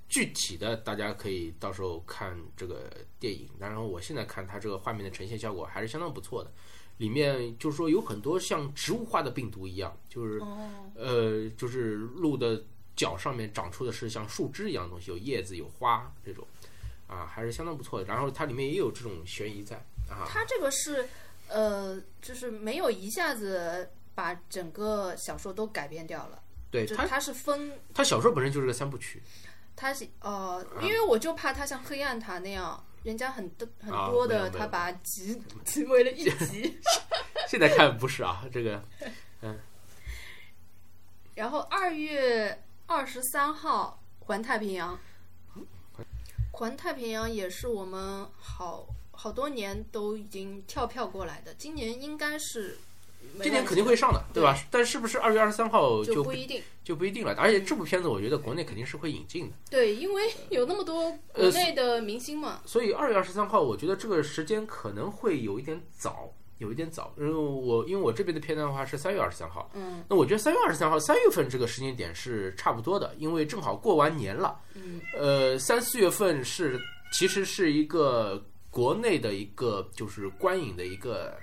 具体的大家可以到时候看这个电影。然后我现在看它这个画面的呈现效果还是相当不错的，里面就是说有很多像植物化的病毒一样，就是哦，呃，就是鹿的脚上面长出的是像树枝一样的东西，有叶子有花这种，啊，还是相当不错的。然后它里面也有这种悬疑在啊，他这个是呃，就是没有一下子把整个小说都改编掉了，对就它他是分它小说本身就是个三部曲，他是哦，啊因为我就怕他像黑暗塔那样。人家很多很啊多没的，有没有他把 集集为了一集，现在看不是啊，这个然后二月二十三号环太平洋，环太平洋也是我们好好多年都已经跳票过来的，今年应该是没今年问肯题定会上的，对吧？但是不是二月二十三号就就不一定。就不一定了。而且这部片子，我觉得国内肯定是会引进的。对，因为有那么多国内的明星嘛，所以二月二十三号，我觉得这个时间可能会有一点早，有一点早。因为我因为我这边的片单的话是三月二十三号，嗯那我觉得三月二十三号、三月份这个时间点是差不多的，因为正好过完年了。嗯，呃，三四月份是其实是一个国内的一个就是观影的一个，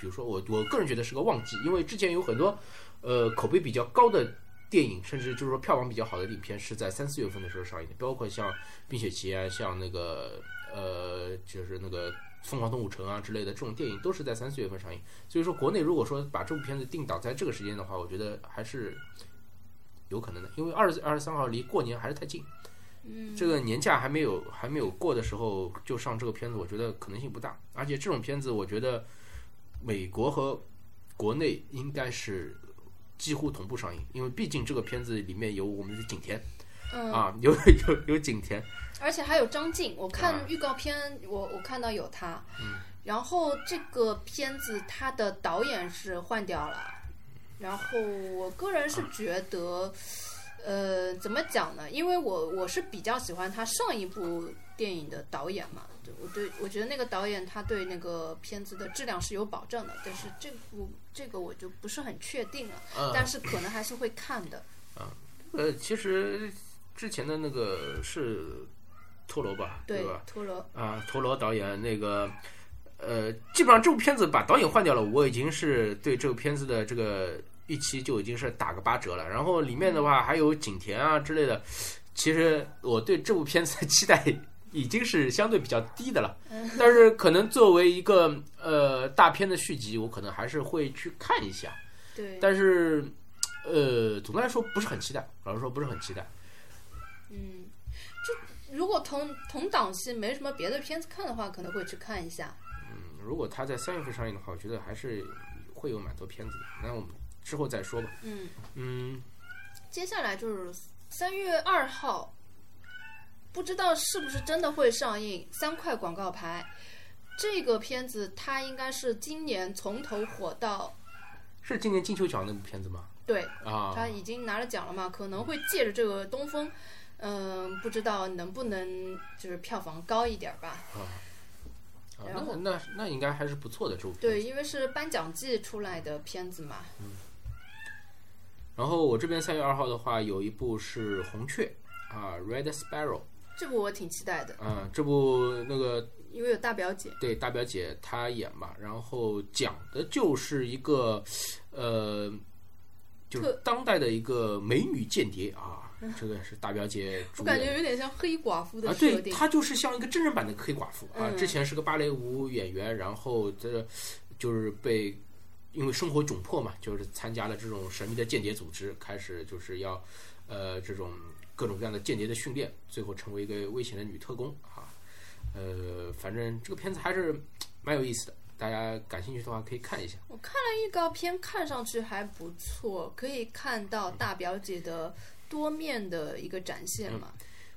比如说我我个人觉得是个旺季，因为之前有很多呃口碑比较高的电影，甚至就是说票房比较好的影片是在三四月份的时候上映的，包括像《冰雪奇缘》、像那个呃就是那个。疯狂动物城啊之类的这种电影都是在三四月份上映，所以说国内如果说把这部片子定档在这个时间的话，我觉得还是有可能的，因为二十二十三号离过年还是太近。嗯，这个年假还没有还没有过的时候就上这个片子，我觉得可能性不大。而且这种片子，我觉得美国和国内应该是几乎同步上映，因为毕竟这个片子里面有我们的景甜、嗯啊，有有有景甜，而且还有张晋，我啊嗯看预告片，我我看到有他。然后这个片子它的导演是换掉了，然后我个人是觉得，呃，怎么讲呢？因为我我是比较喜欢他上一部电影的导演嘛，就我对我觉得那个导演他对那个片子的质量是有保证的，但是这部这个我就不是很确定了，嗯但是可能还是会看的。呃，其实之前的那个是陀螺吧，呃对吧？，陀螺，啊，陀螺导演那个呃，基本上这部片子把导演换掉了，我已经是对这部片子的这个预期就已经是打个八折了。然后里面的话还有景甜啊之类的，其实我对这部片子的期待已经是相对比较低的了。但是可能作为一个呃大片的续集，我可能还是会去看一下。对，但是呃，总的来说不是很期待，老实说不是很期待。嗯，就如果同同档期没什么别的片子看的话，可能会去看一下。嗯如果它在三月份上映的话，我觉得还是会有蛮多片子的。那我们之后再说吧。嗯，嗯，接下来就是三月二号，不知道是不是真的会上映《三块广告牌》这个片子，它应该是今年从头火到。是今年金球奖那部片子吗？对，啊，他已经拿了奖了嘛，可能会借着这个东风，嗯、不知道能不能就是票房高一点儿吧。啊然那后那那应该还是不错的这部片子。对，因为是颁奖季出来的片子嘛。然后我这边三月二号的话，有一部是《红雀》啊，《Red Sparrow》这部我挺期待的，啊，这部那个因为有大表姐。对大表姐她演嘛，然后讲的就是一个，呃，就是特当代的一个美女间谍啊，这个是大表姐我主感演觉有点像黑寡妇的啊，设对，定，她就是像一个真人版的黑寡妇啊。嗯之前是个芭蕾舞演员，然后这就是被因为生活窘迫嘛，就是参加了这种神秘的间谍组织，开始就是要呃这种各种各样的间谍的训练，最后成为一个危险的女特工啊。呃，反正这个片子还是蛮有意思的，大家感兴趣的话可以看一下。预告片看上去还不错，可以看到大表姐的多面的一个展现嘛。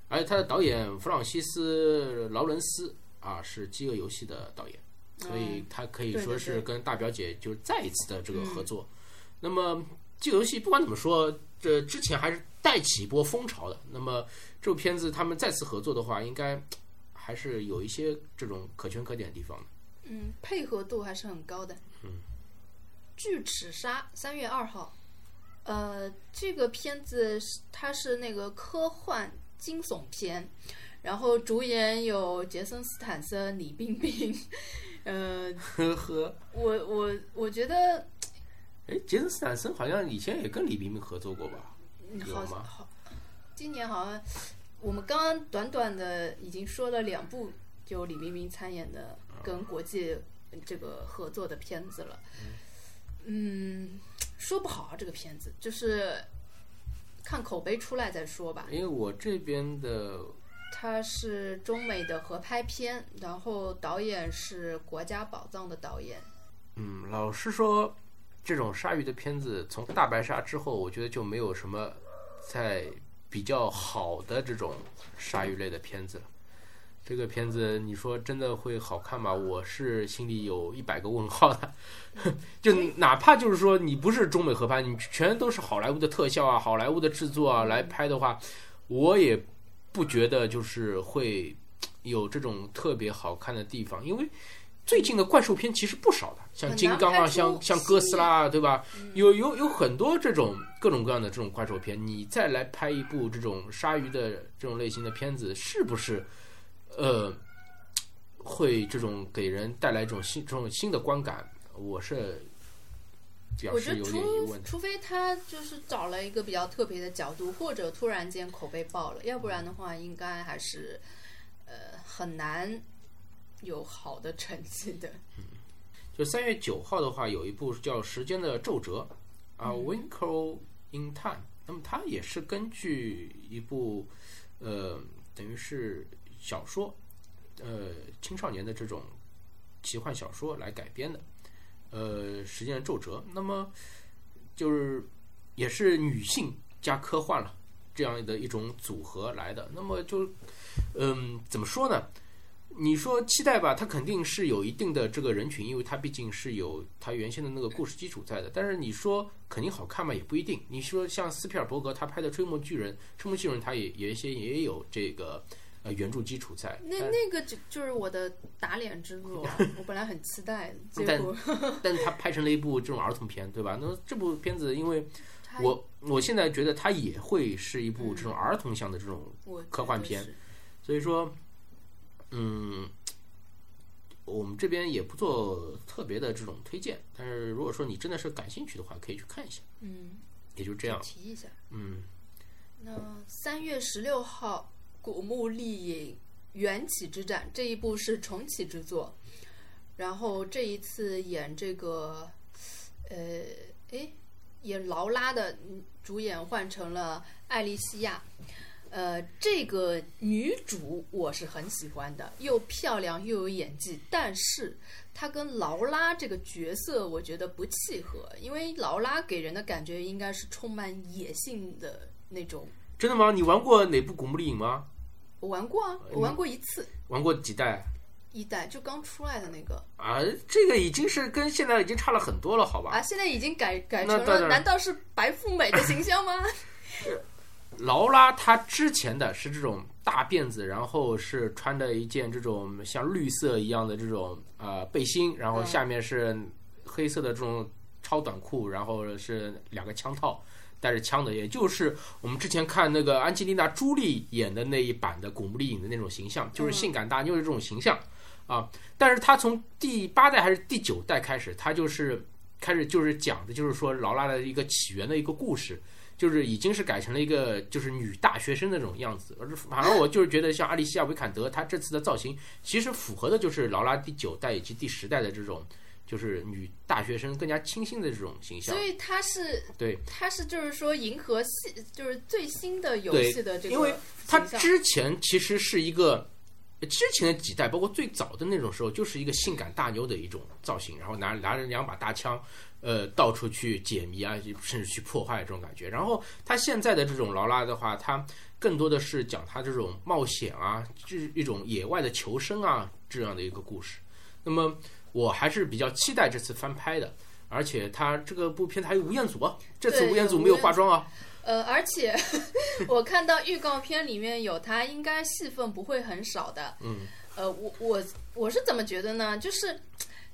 而且他的导演弗朗西斯·劳伦斯啊，是《饥饿游戏》的导演，所以他可以对说对是对跟大表姐就再一次的这个合作。那么《饥饿游戏》不管怎么说，这之前还是带起一波风潮的。那么这部片子他们再次合作的话，应该还是有一些这种可圈可点的地 方的。嗯，配合度还是很高的。嗯，巨齿鲨三月二号，呃，这个片子是它是那个科幻惊悚片，然后主演有杰森斯坦森、李冰冰， 呃，呵呵，我我我觉得哎，杰森斯坦森好像以前也跟李冰冰合作过吧？嗯有好吗好，今年好像我们刚刚短短的已经说了两部，就李冰冰参演的跟国际这个合作的片子了。嗯，说不好啊，这个片子就是看口碑出来再说吧。因为我这边的它是中美的合拍片，然后导演是国家宝藏的导演。嗯，老实说，这种鲨鱼的片子从《大白鲨》之后，我觉得就没有什么在比较好的这种鲨鱼类的片子了。这个片子你说真的会好看吗？我是心里有一百个问号的。就哪怕就是说你不是中美合拍，你全都是好莱坞的特效啊、好莱坞的制作啊嗯来拍的话，我也不觉得就是会有这种特别好看的地方，因为最近的怪兽片其实不少的，像很金难刚啊、拍出嗯像像哥斯拉啊，对吧？有有有很多这种各种各样的这种怪兽片，你再来拍一部这种鲨鱼的这种类型的片子，是不是？呃，会这种给人带来一种新这种新的观感，我是表我觉示得有点疑除问的。除非他就是找了一个比较特别的角度，或者突然间口碑爆了，要不然的话，应该还是呃很难有好的成绩的。就三月九号的话，有一部叫《时间的皱褶》啊，Winkle 嗯 in Time》。那么它也是根据一部呃，等于是小说，呃，青少年的这种奇幻小说来改编的。呃，《时间的皱褶》，那么就是也是女性加科幻了这样的一种组合来的。那么就嗯，怎么说呢？你说期待吧，它肯定是有一定的这个人群，因为它毕竟是有它原先的那个故事基础在的。但是你说肯定好看嘛，也不一定。你说像斯皮尔伯格他拍的《吹梦巨人》，《吹梦巨人》他也也些也有这个呃原著基 础在。那但那个就就是我的打脸之作 啊，我本来很期待，结但果但是他拍成了一部这种儿童片，对吧？那这部片子，因为他我我现在觉得它也会是一部这种儿童向的这种我科幻片觉得是所以说，嗯，我们这边也不做特别的这种推荐，但是如果说你真的是感兴趣的话，可以去看一下，嗯，也就这样。提一下。嗯，那三月十六号，古墓丽影《缘起之战》这一部是重启之作，然后这一次演这个，呃，诶，演劳拉的主演换成了艾莉西亚。呃，这个女主我是很喜欢的，又漂亮又有演技，但是她跟劳拉这个角色我觉得不契合，因为劳拉给人的感觉应该是充满野性的那种。真的吗？你玩过哪部古墓丽影吗？我玩过哎啊，我玩过一次，玩过几代一代就刚出来的那个啊？这个已经是跟现在已经差了很多了，好吧？啊，现在已经改改那成当然了，难道是白富美的形 象吗？劳拉她之前的是这种大辫子，然后是穿的一件这种像绿色一样的这种呃背心，然后嗯下面是黑色的这种超短裤，然后是两个枪套，带着枪的，也就是我们之前看那个安吉丽娜·朱莉演的那一版的古墓丽影的那种形象，就是嗯性感大妞的这种形象啊。但是她从第八代还是第九代开始，她就是开始就是讲的就是说劳拉的一个起源的一个故事。就是已经是改成了一个就是女大学生的那种样子，而是反而我就是觉得像阿丽西亚·维坎德她这次的造型，其实符合的就是劳拉第九代以及第十代的这种就是女大学生更加清新的这种形象所。以她是对，她是就是说迎合系就是最新的游对戏的这个因为它形象之前其实是一个之前的几代，包括最早的那种时候，就是一个性感大牛的一种造型，然后拿拿着两把大枪，呃，到处去解谜啊，甚至去破坏这种感觉。然后他现在的这种劳拉的话，他更多的是讲他这种冒险啊，就是一种野外的求生啊这样的一个故事。那么我还是比较期待这次翻拍的。而且他这个部片子还有吴彦祖啊，这次对吴彦有祖吴没有彦化妆啊，呃，而且 我看到预告片里面有他，应该戏份不会很少的。嗯，呃，我我我是怎么觉得呢？就是，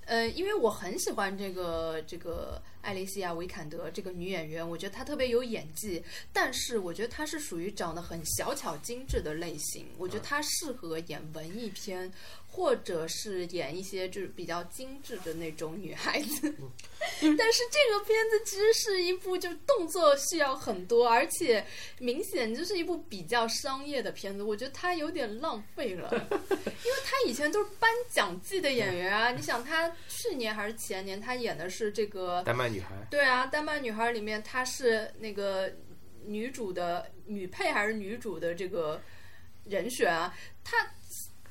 呃，因为我很喜欢这个这个艾莉西亚·啊维坎德这个女演员，我觉得她特别有演技，但是我觉得她是属于长得很小巧精致的类型，我觉得她适合演文艺片。或者是演一些就是比较精致的那种女孩子， 但是这个片子其实是一部就动作需要很多，而且明显就是一部比较商业的片子，我觉得他有点浪费了，因为他以前都是颁奖季的演员啊，你想他去年还是前年他演的是这个，丹麦女孩。对啊，《丹麦女孩》里面她是那个女主的女配还是女主的这个人选啊，她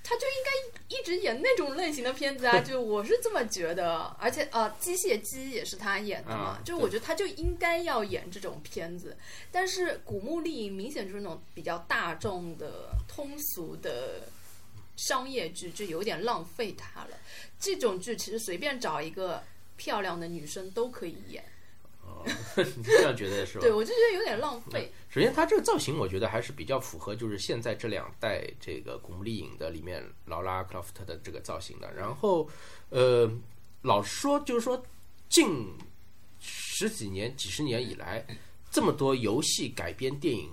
她就应该一直演那种类型的片子啊，就我是这么觉得。而且啊，机械姬》也是她演的嘛，啊就我觉得她就应该要演这种片子。但是《古墓丽影》明显就是那种比较大众的、通俗的商业剧，就有点浪费她了。这种剧其实随便找一个漂亮的女生都可以演，哦，你这样觉得是吧？对我就觉得有点浪费。首先，它这个造型我觉得还是比较符合，就是现在这两代这个古墓丽影的里面劳拉·克劳福特的这个造型的。然后，呃，老实说，就是说近十几年、几十年以来，这么多游戏改编电影，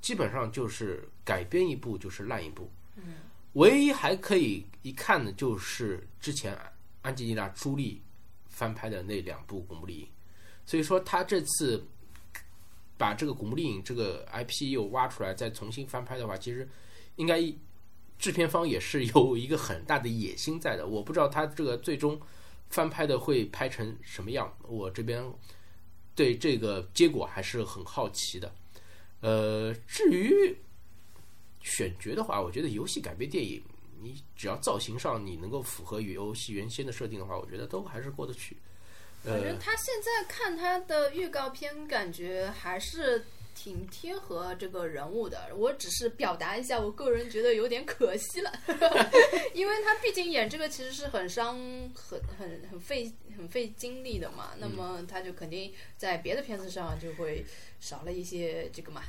基本上就是改编一部就是烂一部。嗯，唯一还可以一看的就是之前安吉丽娜·朱莉翻拍的那两部古墓丽影，所以说她这次。把这个《古墓丽影》这个 IP 又挖出来，再重新翻拍的话，其实应该制片方也是有一个很大的野心在的。我不知道他这个最终翻拍的会拍成什么样，我这边对这个结果还是很好奇的。呃，至于选角的话，我觉得游戏改编电影，你只要造型上你能够符合与游戏原先的设定的话，我觉得都还是过得去。反呃正，他现在看他的预告片，感觉还是挺贴合这个人物的。我只是表达一下，我个人觉得有点可惜 了，因为他毕竟演这个其实是很伤、很很很费、很费精力的嘛。嗯那么他就肯定在别的片子上就会少了一些这个嘛。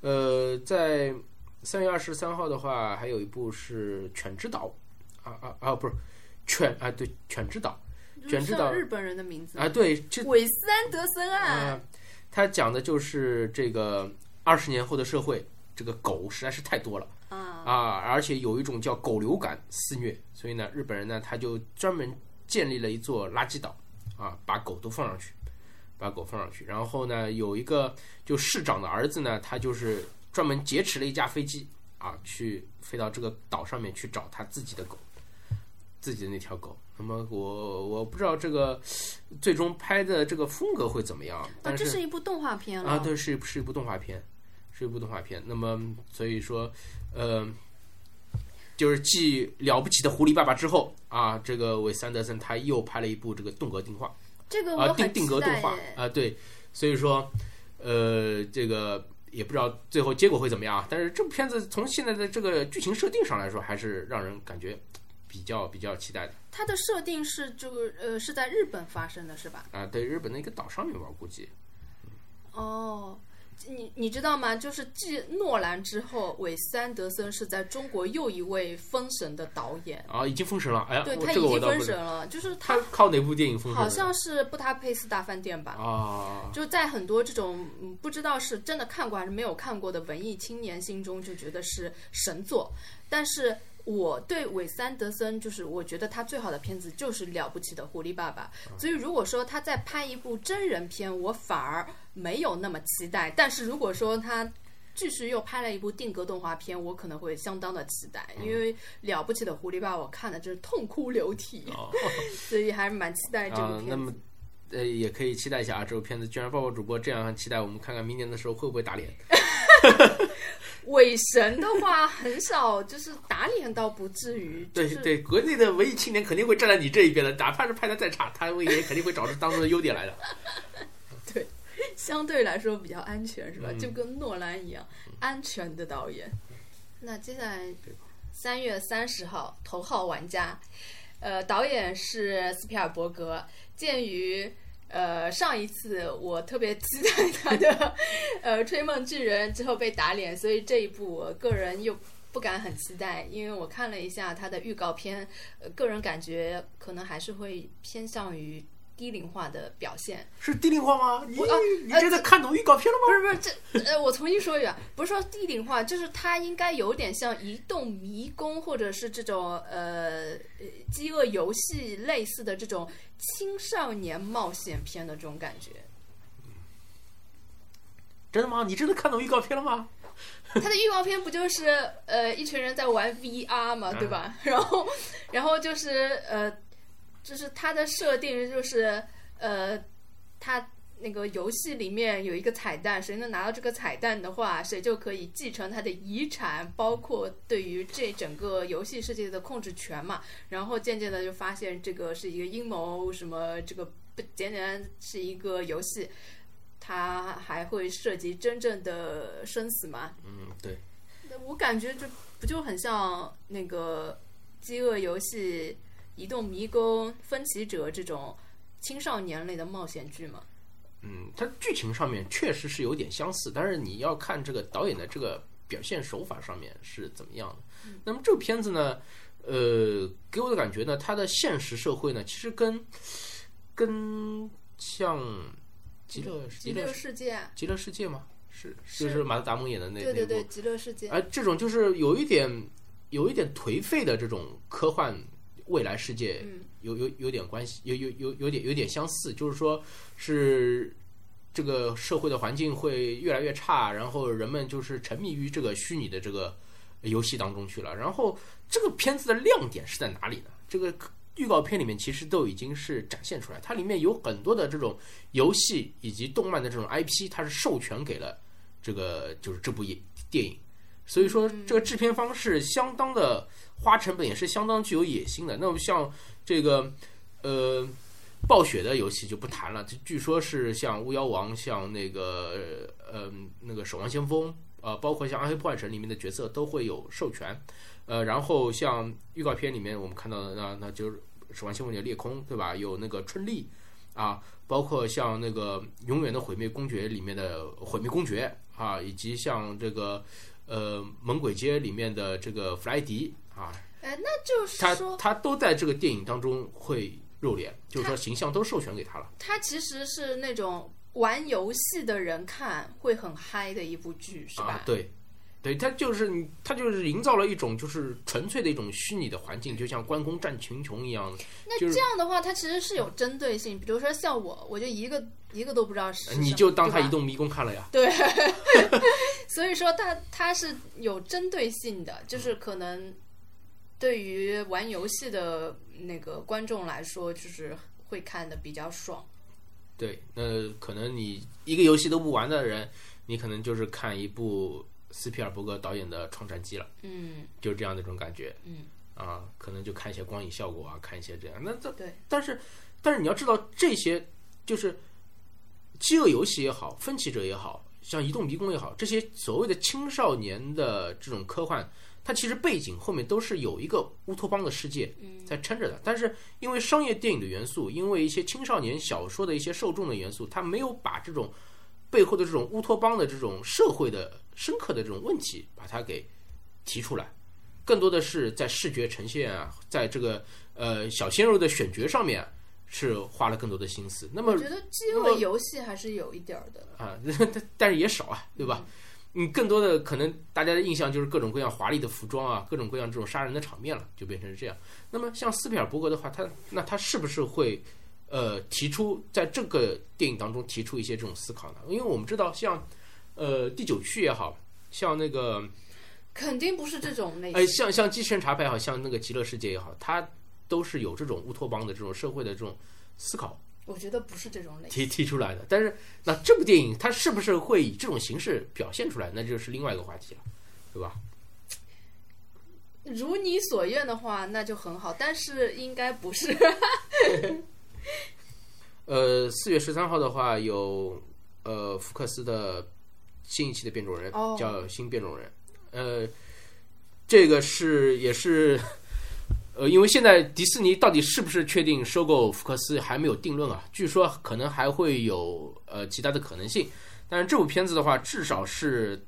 呃，在三月二十三号的话，还有一部是《犬之岛》啊啊啊，不是犬啊，对，《犬之岛卷之岛像日本人的名》字啊，对，这韦斯安德森啊啊，，它讲的就是这个二十年后的社会，这个狗实在是太多了。啊，啊，而且有一种叫狗流感肆虐，所以呢，日本人呢他就专门建立了一座垃圾岛啊，把狗都放上去，把狗放上去。然后呢，有一个就市长的儿子呢，他就是专门劫持了一架飞机啊，去飞到这个岛上面去找他自己的狗，自己的那条狗。那么我我不知道这个最终拍的这个风格会怎么样，呃哦，但这是是一部动画片了。啊，对，是是一部动画片，是一部动画片。那么所以说，呃，就是继《了不起的狐狸爸爸》之后啊，这个韦斯安德森他又拍了一部这个动格动画这个我啊，定很定期格动待画耶。啊，对，所以说，呃，这个也不知道最后结果会怎么样啊。但是这部片子从现在的这个剧情设定上来说，还是让人感觉比较比较期待的它的设定是这个呃是在日本发生的是吧？啊。对日本的一个岛上面吧，我估计哦，你你知道吗？就是继诺兰之后，韦斯安德森是在中国又一位封神的导演，啊，已经封神了。哎呀，对我他这已个我经倒封不知神道。了，就是他他靠哪部电影封神的？好像是《布达佩斯大饭店》吧。啊，就在很多这种嗯不知道是真的看过还是没有看过的文艺青年心中，就觉得是神作。但是我对韦斯安德森，就是我觉得他最好的片子就是《了不起的狐狸爸爸》，嗯所以如果说他再拍一部真人片，我反而没有那么期待。但是如果说他继续又拍了一部定格动画片，我可能会相当的期待，嗯因为《了不起的狐狸爸爸》我看的真是痛哭流涕， 哦所以还是蛮期待这部啊，那片么子。呃，也可以期待一下啊，这部片子居然抱抱主播这样期待，我们看看明年的时候会不会打脸伪神的话，很少就是打脸倒不至于，就对是对，国内的文艺青年肯定会站在你这一边的，哪怕是拍的再差，他会也肯定会找出当中的优点来的。 相对来说比较安全，是吧？嗯就跟诺兰一样，安全的导演。那接下来对，三月三十号，头号玩家，呃，导演是斯皮尔伯格。鉴于呃上一次我特别期待他的 呃《吹梦巨人》之后被打脸，所以这一部我个人又不敢很期待，因为我看了一下他的预告片，呃，个人感觉可能还是会偏向于低龄化的表现。是低龄化吗？你、我啊你呃真的看懂预告片了不吗？是不是，这呃，我重新说一遍，不是说地顶化，就是它应该有点像移动迷宫或者是这种呃呃饥饿游戏类似的这种青少年冒险片的这种感觉。真的吗？你真的看懂预告片了吗？它的预告片不就是呃一群人在玩 VR 嘛，嗯对吧？ 然后然后就是呃，就是它的设定就是呃，它那个游戏里面有一个彩蛋，谁能拿到这个彩蛋的话，谁就可以继承他的遗产，包括对于这整个游戏世界的控制权嘛。然后渐渐的就发现这个是一个阴谋，什么这个不简单是一个游戏。它还会涉及真正的生死吗？嗯，对，我感觉这不就很像那个《饥饿游戏》《移动迷宫》《分歧者》这种青少年类的冒险剧吗？嗯，它剧情上面确实是有点相似，但是你要看这个导演的这个表现手法上面是怎么样的。嗯那么这个片子呢，呃，给我的感觉呢，它的现实社会呢，其实跟跟像极乐嗯极极乐乐世界，极乐世界吗？是，就是是马特达蒙演的那对对那对，部，极乐世界。哎，这种就是有一点有一点颓废的这种科幻未来世界嗯，有有有点关系，有有有有点有点相似，就是说是这个社会的环境会越来越差，然后人们就是沉迷于这个虚拟的这个游戏当中去了。然后这个片子的亮点是在哪里呢？这个预告片里面其实都已经是展现出来，它里面有很多的这种游戏以及动漫的这种 IP，它是授权给了这个就是这部影电影。所以说，这个制片方是相当的花成本，也是相当具有野心的。那么像这个呃暴雪的游戏就不谈了，就据说是像《巫妖王》、像那个呃那个《守望先锋》呃，包括像《暗黑破坏神》里面的角色都会有授权，呃，然后像预告片里面我们看到的那那就是《守望先锋》里的裂空，对吧？有那个春丽啊，包括像那个《永远的毁灭公爵》里面的毁灭公爵啊，以及像这个呃《猛鬼街》里面的这个弗莱迪啊，哎，那就是他说，他都在这个电影当中会露脸，就是说形象都授权给他了。它其实是那种玩游戏的人看会很嗨的一部剧，是吧？啊，对，对，它就是它就是营造了一种就是纯粹的一种虚拟的环境，就像关公战群雄一样。那就是这样的话，它其实是有针对性。比如说像我，我就一个一个都不知道是什么，你就当它对吧移动迷宫看了呀。对， 所以说它它是有针对性的，就是可能对于玩游戏的那个观众来说，就是会看的比较爽。对，那可能你一个游戏都不玩的人，你可能就是看一部斯皮尔伯格导演的《创战记》了，嗯就这样的一种感觉嗯，啊。可能就看一些光影效果啊，看一些这样。那这对，但是但是你要知道，这些就是饥饿游戏也好，分歧者也好，像移动迷宫也好，这些所谓的青少年的这种科幻，它其实背景后面都是有一个乌托邦的世界嗯在撑着的。但是因为商业电影的元素，因为一些青少年小说的一些受众的元素，它没有把这种背后的这种乌托邦的这种社会的深刻的这种问题，把它给提出来。更多的是在视觉呈现啊，在这个呃小鲜肉的选角上面啊是花了更多的心思。那么我觉得饥饿游戏还是有一点儿的。啊， 但是也少啊，对吧？你更多的可能大家的印象就是各种各样华丽的服装啊，各种各样这种杀人的场面了，就变成是这样。那么像斯皮尔伯格的话，他那他是不是会呃提出在这个电影当中提出一些这种思考呢？因为我们知道像呃第九区也好像那个肯定不是这种类型，哎，像像机器人茶牌也好像那个极乐世界也好，它都是有这种乌托邦的这种社会的这种思考我觉得不是这种类型。提提出来的。但是那这部电影它是不是会以这种形式表现出来，那就是另外一个话题了，对吧？如你所愿的话，那就很好，但是应该不是。啊 呃，四月十三号的话有呃福克斯的新一期的变种人、哦叫《新变种人》，呃，这个是也是。呃，因为现在迪士尼到底是不是确定收购福克斯还没有定论啊？据说可能还会有呃其他的可能性，但是这部片子的话，至少是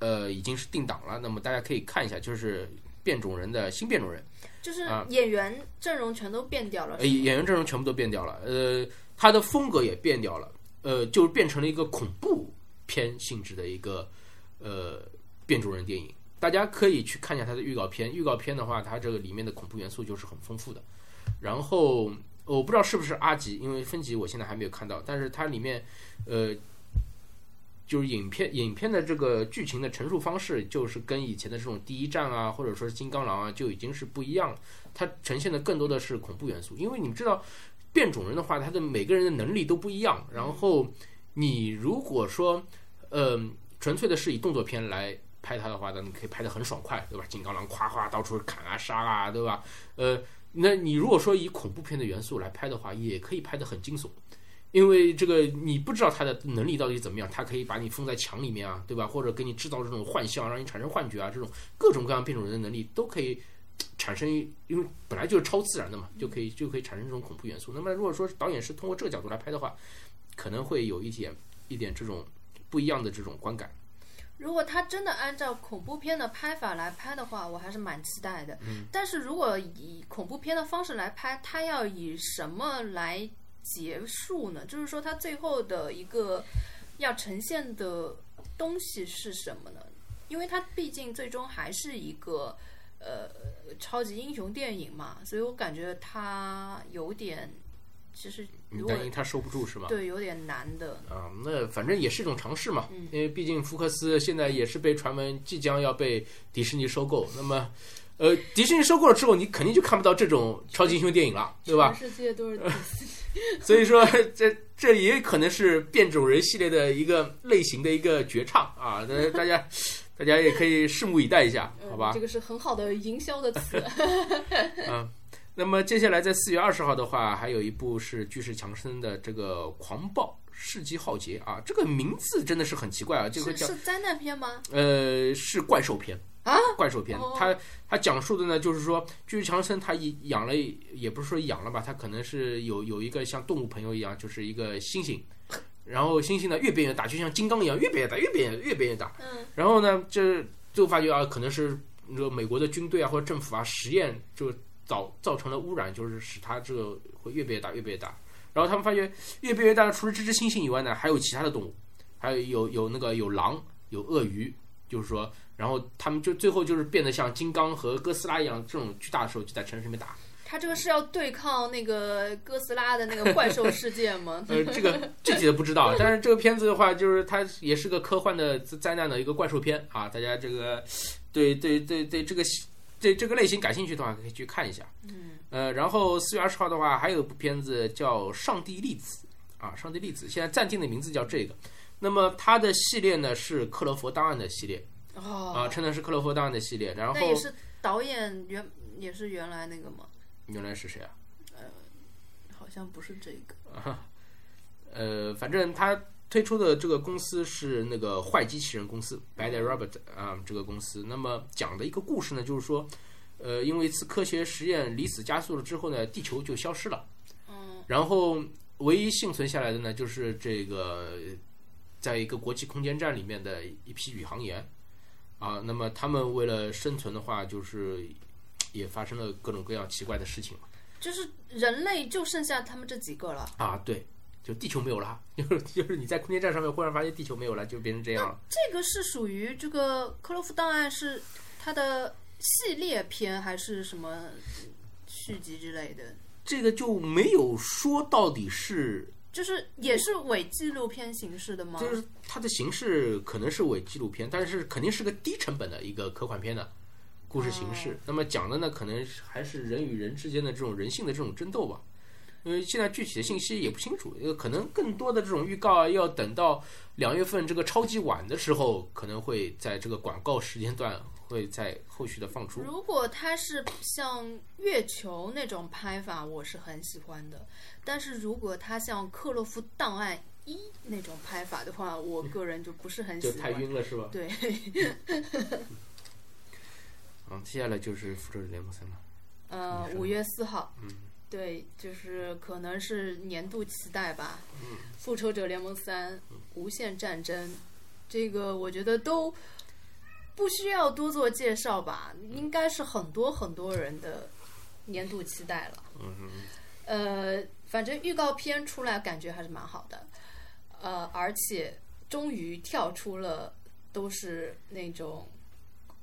呃已经是定档了。那么大家可以看一下，就是变种人的新变种人。就是啊演员阵容全都变掉了，呃，演员阵容全部都变掉了，呃，他的风格也变掉了，呃，就变成了一个恐怖片性质的一个呃变种人电影。大家可以去看一下它的预告片，预告片的话，它这个里面的恐怖元素就是很丰富的。然后我不知道是不是阿吉，因为分级我现在还没有看到，但是它里面呃。就是影片影片的这个剧情的陈述方式，就是跟以前的这种第一战啊，或者说是金刚狼啊，就已经是不一样了。它呈现的更多的是恐怖元素，因为你知道变种人的话，他的每个人的能力都不一样。然后你如果说，嗯、纯粹的是以动作片来拍它的话，那你可以拍得很爽快，对吧？金刚狼夸夸到处砍啊杀啊，对吧？呃，那你如果说以恐怖片的元素来拍的话，也可以拍得很惊悚。因为这个你不知道他的能力到底怎么样，他可以把你封在墙里面啊，对吧？或者给你制造这种幻象，让你产生幻觉啊，这种各种各样变种人的能力都可以产生，因为本来就是超自然的嘛，就可以就可以产生这种恐怖元素。那么如果说导演是通过这个角度来拍的话，可能会有一点一点这种不一样的这种观感。如果他真的按照恐怖片的拍法来拍的话，我还是蛮期待的。嗯但是如果以恐怖片的方式来拍，他要以什么来结束呢？就是说，他最后的一个要呈现的东西是什么呢？因为它毕竟最终还是一个呃超级英雄电影嘛，所以我感觉它有点，其实你如果担心他收不住是吗？对有点难的。啊，那反正也是一种尝试嘛，因嗯为毕竟福克斯现在也是被传闻即将要被迪士尼收购，那么。呃，迪士尼收购了之后，你肯定就看不到这种超级英雄电影了，对吧？全世界都是呃自私 所以说，这这也可能是变种人系列的一个类型的一个绝唱啊！那大家大家也可以拭目以待一下，嗯好吧嗯这？个是很好的营销的词。那么接下来在四月二十号的话，还有一部是巨石强森的这个《狂暴世纪浩劫》啊，这个名字真的是很奇怪啊，这个是叫是灾难片吗？呃，是怪兽片啊，怪兽片哦。他他讲述的呢，就是说，巨石强森他一养了，也不是说养了吧，他可能是有有一个像动物朋友一样，就是一个猩猩。然后猩猩呢越变越大，就像金刚一样，越变越大，越变越越变越大。 嗯。然后呢，这就发觉啊，可能是那个美国的军队啊或者政府啊实验就造造成了污染，就是使它这个会越变越大，越变越大。然后他们发觉越变越大，除了这只猩猩以外呢，还有其他的动物，还有有有那个有狼，有鳄鱼，就是说然后他们就最后就是变得像金刚和哥斯拉一样，这种巨大的兽就在城市里面打。他这个是要对抗那个哥斯拉的那个怪兽世界吗？ 呃，这个具体的不知道，啊但是这个片子的话，就是它也是个科幻的灾难的一个怪兽片啊，大家这个对对对对这个对这个类型感兴趣的话，可以去看一下。嗯，呃，然后四月二十号的话，还有一部片子叫《上帝粒子》啊，《上帝粒子》现在暂定的名字叫这个。那么它的系列呢是克罗佛档案的系列 啊，哦，称的是克罗佛档案的系列。然那也后是导演原也是原来那个吗？原来是谁啊？好像不是这个。呃，反正他推出的这个公司是那个坏机器人公司 Bad Robot 啊、这个公司。那么讲的一个故事呢，就是说，呃，因为一次科学实验离子加速了之后呢，地球就消失了。嗯，然后唯一幸存下来的呢，就是这个在一个国际空间站里面的一批宇航员啊。那么他们为了生存的话，就是也发生了各种各样奇怪的事情。就是人类就剩下他们这几个了。啊，对，就地球没有了，就是就是你在空间站上面忽然发现地球没有了，就变成这样了。这个是属于这个《克洛夫档案》是它的系列片还是什么续集之类的？这个就没有说到底是，就是也是伪纪录片形式的吗？就是它的形式可能是伪纪录片，但是肯定是个低成本的一个科幻片的故事形式。那么讲的呢，可能是还是人与人之间的这种人性的这种争斗吧。因为现在具体的信息也不清楚，呃，可能更多的这种预告啊，要等到两月份这个超级晚的时候，可能会在这个广告时间段会在后续的放出。如果它是像月球那种拍法，我是很喜欢的。但是如果它像《克洛夫档案一》那种拍法的话，我个人就不是很就喜太欢。晕了是吧？对，嗯，接下来就是复仇者联盟三了。呃你，说五月四号，嗯对，就是可能是年度期待吧，嗯复仇者联盟三》《无限战争》，这个我觉得都不需要多做介绍吧，应该是很多很多人的年度期待了。嗯嗯嗯呃，反正预告片出来感觉还是蛮好的，呃，而且终于跳出了都是那种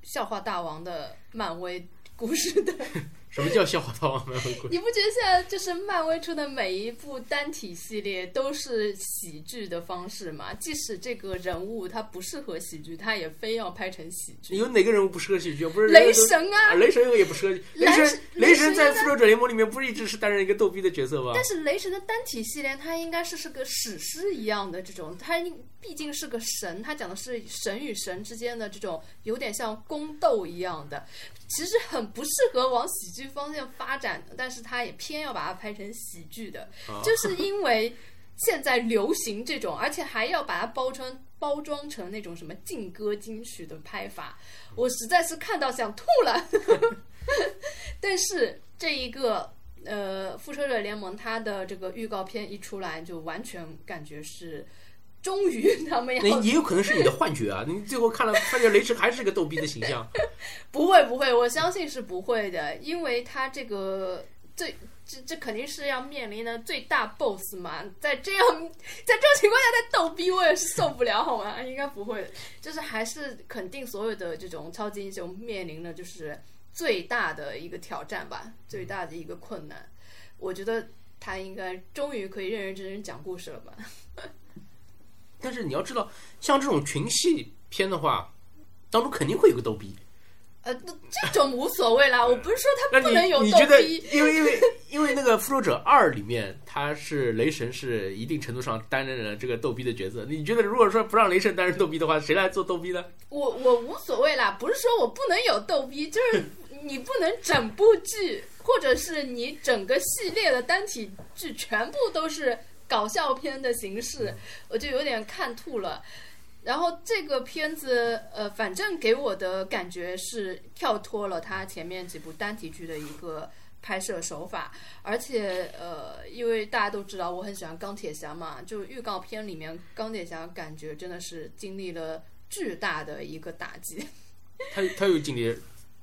笑话大王的漫威故事的 什么叫笑话大王没有 鬼？你不觉得现在就是漫威出的每一部单体系列都是喜剧的方式吗？即使这个人物他不适合喜剧，他也非要拍成喜剧。有哪个人物不适合喜剧？不是雷人家神都啊！雷神也不适合。雷雷神神，雷神在雷神复仇者联盟里面不是一直是担任一个逗逼的角色吗？但是雷神的单体系列，它应该是是个史诗一样的这种，它应毕竟是个神，它讲的是神与神之间的这种有点像宫斗一样的，其实很不适合往喜剧方向发展的，但是它也偏要把它拍成喜剧的，啊就是因为现在流行这种，而且还要把它包装包装成那种什么劲歌金曲的拍法，我实在是看到想吐了。 但是这一个呃，复仇者联盟它的这个预告片一出来，就完全感觉是终于他们要那也有可能是你的幻觉啊！你最后看了发现雷神还是个逗逼的形象，不会不会，我相信是不会的，因为他这个最这这肯定是要面临的最大 boss 嘛，在这样 在这种情况下再逗逼，我也是受不了好吗？应该不会的，就是还是肯定所有的这种超级英雄面临的就是最大的一个挑战吧，最大的一个困难，我觉得。他应该终于可以认认真真讲故事了吧？但是你要知道，像这种群戏片的话，当中肯定会有个逗逼。呃，这种无所谓啦，我不是说 那他你不能有你逗觉得，逼，因为 因为因为那个《复仇者二》里面，他是雷神是一定程度上担任了这个逗逼的角色。你觉得如果说不让雷神担任逗逼的话，谁来做逗逼呢？我我无所谓啦，不是说我不能有逗逼，就是你不能整部剧或者是你整个系列的单体剧全部都是搞笑片的形式，我就有点看吐了。然后这个片子，呃，反正给我的感觉是跳脱了它前面几部单体剧的一个拍摄手法，而且呃，因为大家都知道我很喜欢钢铁侠嘛，就预告片里面钢铁侠感觉真的是经历了巨大的一个打击， 他他又经历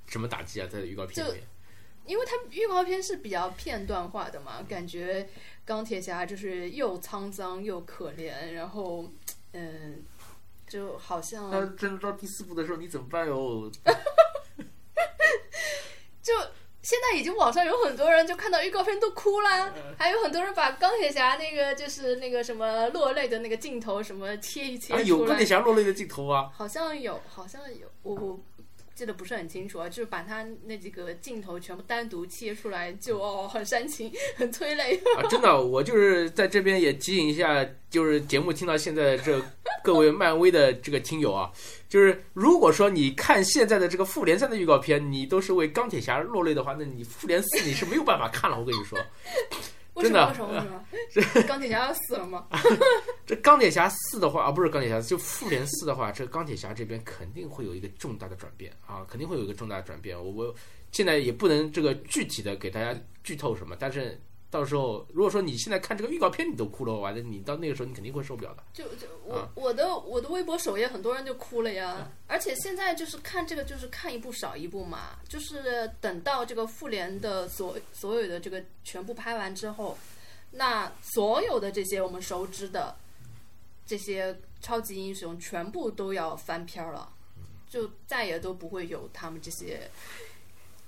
什么打击啊？在预告片里面，因为它预告片是比较片段化的嘛，感觉钢铁侠就是又沧桑又可怜，然后嗯。就好像那真的到第四部的时候你怎么办哟？就现在已经网上有很多人就看到预告片都哭啦，还有很多人把钢铁侠那个就是那个什么落泪的那个镜头什么切一切啊，有出钢来，铁侠落泪的镜头啊！好像有，好像有，我我记得不是很清楚啊，就是把他那几个镜头全部单独切出来，就哦很煽情，很催泪。啊，真的，我就是在这边也提醒一下，就是节目听到现在这各位漫威的这个听友啊，就是如果说你看现在的这个复联三的预告片，你都是为钢铁侠落泪的话，那你复联四你是没有办法看了。我跟你说，为什真的么？ 为什么？为什么？钢铁侠要死了吗？这钢铁侠四的话啊，不是钢铁侠，就复联四的话，这钢铁侠这边肯定会有一个重大的转变啊，肯定会有一个重大的转变。我我现在也不能这个具体的给大家剧透什么，但是到时候如果说你现在看这个预告片你都哭了，完了你到那个时候你肯定会受不了的。就就我、啊我的我的微博首页很多人就哭了呀，而且现在就是看这个就是看一部少一部嘛，就是等到这个复联的所所有的这个全部拍完之后，那所有的这些我们熟知的这些超级英雄全部都要翻篇儿了，嗯就再也都不会有他们这些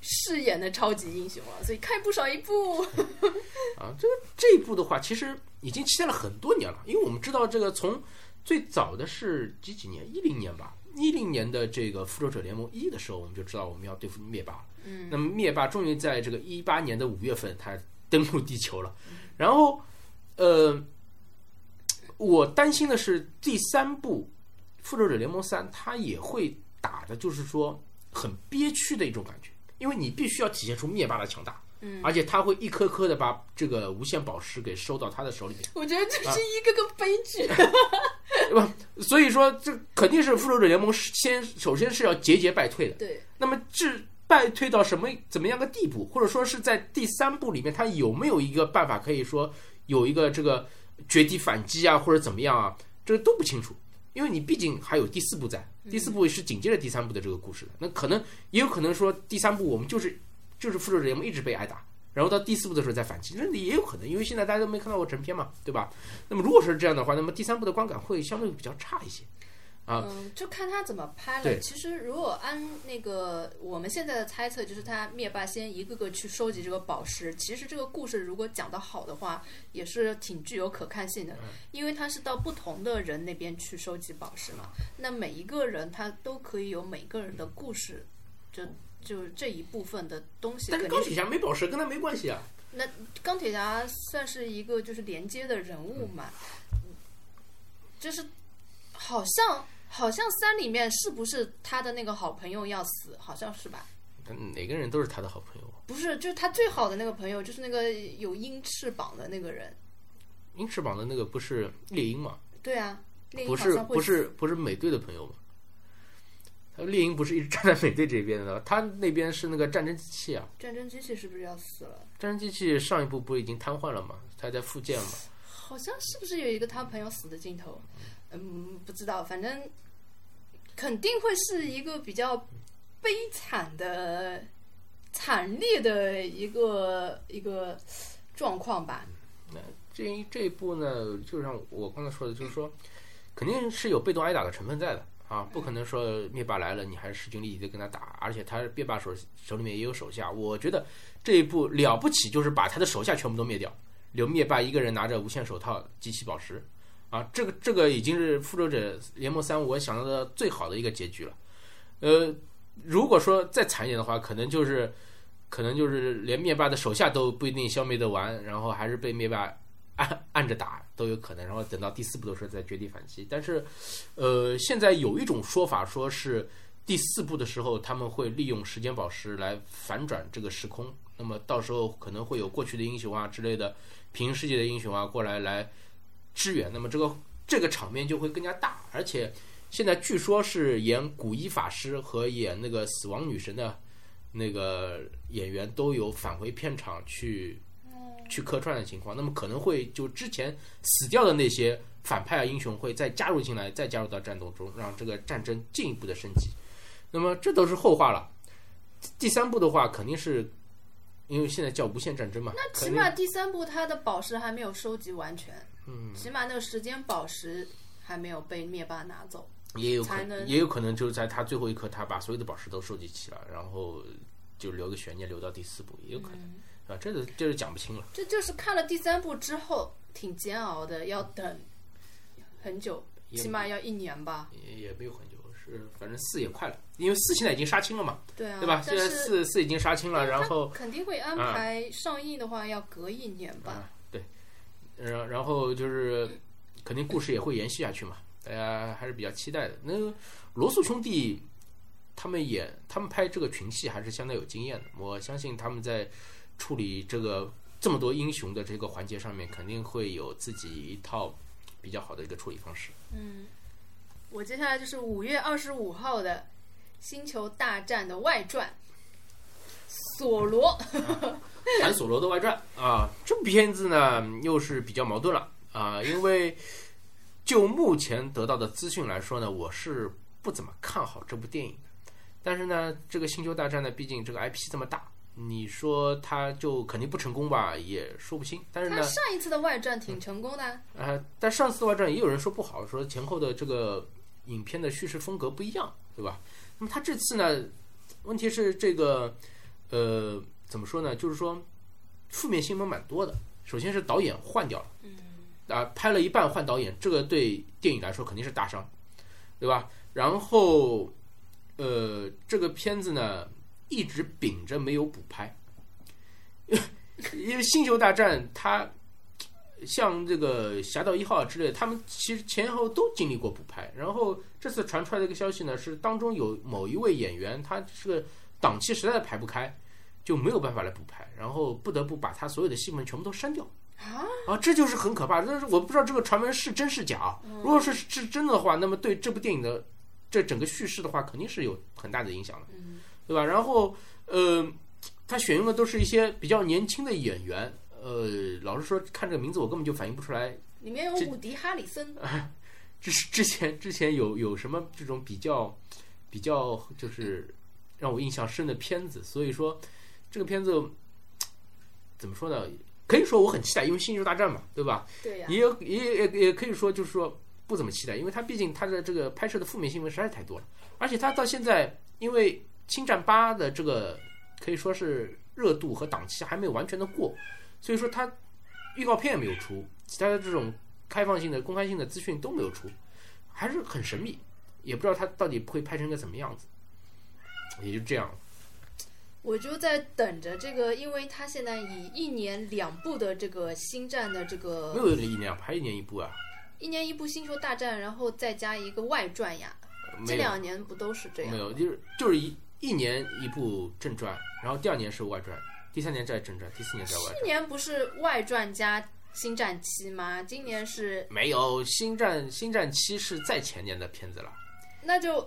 饰演的超级英雄了，所以看一部少一部。 啊，这个这一部的话，其实已经期待了很多年了，因为我们知道这个从最早的是几几年，一零年吧，一零年的这个复仇者联盟一的时候，我们就知道我们要对付灭霸。嗯，那么灭霸终于在这个一八年的五月份，他登陆地球了。然后，呃，我担心的是第三部《复仇者联盟三》，它也会打的，就是说很憋屈的一种感觉，因为你必须要体现出灭霸的强大，嗯，而且他会一颗颗的把这个无限宝石给收到他的手里面，我觉得这啊是一个个悲剧。对吧？所以说，这肯定是复仇者联盟是先首先是要节节败退的。对，那么至败退到什么怎么样个地步，或者说是在第三部里面，他有没有一个办法可以说有一个这个绝地反击啊，或者怎么样啊，这都不清楚，因为你毕竟还有第四部在，第四部是紧接着第三部的这个故事的，那可能也有可能说第三部我们就是就是复仇者联盟一直被挨打。然后到第四部的时候再反击，那也有可能，因为现在大家都没看到过成片嘛，对吧？那么如果是这样的话，那么第三部的观感会相对比较差一些。啊嗯，就看他怎么拍了。对其实如果按那个我们现在的猜测，就是他灭霸先一个个去收集这个宝石。其实这个故事如果讲得好的话，也是挺具有可看性的，嗯因为他是到不同的人那边去收集宝石嘛。嗯那每一个人他都可以有每个人的故事，就就这一部分的东西但是肯钢定是铁侠没宝石跟他没关系啊。那钢铁侠算是一个就是连接的人物嘛，就是好像好像三里面是不是他的那个好朋友要死？好像是吧？嗯哪个人都是他的好朋友。不是，就是他最好的那个朋友，就是那个有鹰翅膀的那个人。鹰翅膀的那个不是猎鹰吗？对啊，猎鹰不好是像会不是不是美队的朋友吗？他猎鹰不是一直站在美队这边的，他那边是那个战争机器啊，战争机器是不是要死了？战争机器上一部不是已经瘫痪了吗？他在复健嘛。好像是不是有一个他朋友死的镜头？嗯，不知道，反正肯定会是一个比较悲惨的、惨烈的一个一个状况吧。这一这一部呢，就像我刚才说的，就是说，肯定是有被动挨打的成分在的啊，不可能说灭霸来了，你还势均力敌的跟他打，而且他灭霸手手里面也有手下，我觉得这一部了不起就是把他的手下全部都灭掉，留灭霸一个人拿着无限手套、机器宝石，啊，这个这个已经是复仇者联盟三我想到的最好的一个结局了，呃，如果说再惨一点的话，可能就是。可能就是连灭霸的手下都不一定消灭得完，然后还是被灭霸按按着打都有可能，然后等到第四部的时候再绝地反击。但是，呃，现在有一种说法说是第四部的时候他们会利用时间宝石来反转这个时空，那么到时候可能会有过去的英雄啊之类的平行世界的英雄啊过来来支援，那么这个这个场面就会更加大，而且现在据说是演古一法师和演那个死亡女神的那个演员都有返回片场去嗯去客串的情况，那么可能会就之前死掉的那些反派啊英雄会再加入进来，再加入到战斗中，让这个战争进一步的升级。那么这都是后话了。第三部的话，肯定是因为现在叫无限战争嘛，那肯起定码第三部他的宝石还没有收集完全，嗯，起码那个时间宝石还没有被灭霸拿走。也有可才能也有可能就是在他最后一刻，他把所有的宝石都收集齐了，然后就留个悬念，留到第四部也有可能、啊，这个这个讲不清了。嗯这就是看了第三部之后挺煎熬的，要等很久，也起码要一年吧。也也没有很久，是反正四也快了，因为四现在已经杀青了嘛，对啊，对吧？但现在是四四已经杀青了，然后肯定会安排上映的话，要隔一年吧。啊对，然然后就是肯定故事也会延续下去嘛，大家还是比较期待的。那罗素兄弟他们也他们拍这个群戏还是相当有经验的，我相信他们在处理这个这么多英雄的这个环节上面，肯定会有自己一套比较好的一个处理方式。我接下来就是五月二十五号的《星球大战》的外传，索罗， 《反索罗的外传》啊，这部片子呢又是比较矛盾了啊，因为就目前得到的资讯来说呢，我是不怎么看好这部电影的。但是呢，这个《星球大战》呢，毕竟这个 IP 这么大，你说它就肯定不成功吧，也说不清。但是他呢，上一次的外传挺成功的啊，呃，但上次外传也有人说不好，说前后的这个影片的叙事风格不一样，对吧？那么他这次呢，问题是这个呃，怎么说呢？就是说负面新闻蛮多的。首先是导演换掉了，嗯，啊，拍了一半换导演，这个对电影来说肯定是大伤，对吧？然后呃，这个片子呢一直秉着没有补拍， 因为《星球大战》它。像这个《侠盗一号》之类的，他们其实前后都经历过补拍。然后这次传出来的一个消息呢，是当中有某一位演员，他这个档期实在排不开，就没有办法来补拍，然后不得不把他所有的戏份全部都删掉。啊，这就是很可怕。但是我不知道这个传闻是真是假啊。如果是是真的话，那么对这部电影的这整个叙事的话，肯定是有很大的影响的，对吧？然后，呃，他选用的都是一些比较年轻的演员，呃，老实说，看这个名字我根本就反应不出来，里面有这啊伍迪·哈里森，之之前之前有有什么这种比较比较就是让我印象深的片子，所以说这个片子怎么说呢？可以说我很期待，因为《星球大战》嘛，对吧？对呀、也有也也也可以说就是说不怎么期待，因为它毕竟它的这个拍摄的负面新闻实在是太多了，而且它到现在因为《侵占八》的这个可以说是热度和档期还没有完全的过，所以说它预告片也没有出，其他的这种开放性的、公开性的资讯都没有出，还是很神秘，也不知道它到底会拍成个怎么样子，也就这样了。我就在等着这个，因为他现在以一年两部的这个星战的这没个有一年啊，还一年一部啊，一年一部星球大战，然后再加一个外传呀，这没有。两年不都是这样没？有，就是就是一一年一部正传，然后第二年是外传，第三年再正传，第四年再外去传。年不是外传加星战七吗？今年是没有，《星战》《星战七》是在前年的片子了，那就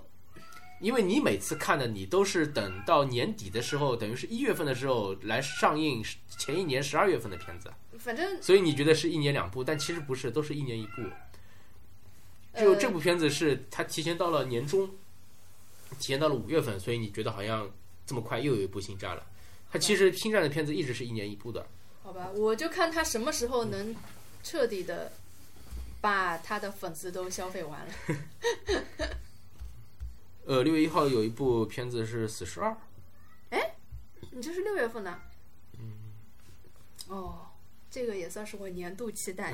因为你每次看的你都是等到年底的时候，等于是一月份的时候来上映前一年十二月份的片子，反正所以你觉得是一年两部，但其实不是，都是一年一部。只有呃这部片子是它提前到了年中，提前到了五月份，所以你觉得好像这么快又有一部《星战》了。它其实《星战》的片子一直是一年一部的，好吧，我就看他什么时候能彻底的把他的粉丝都消费完了。呃，六月一号有一部片子是《死侍二》，你这是六月份的？嗯。哦，这个也算是我年度期待。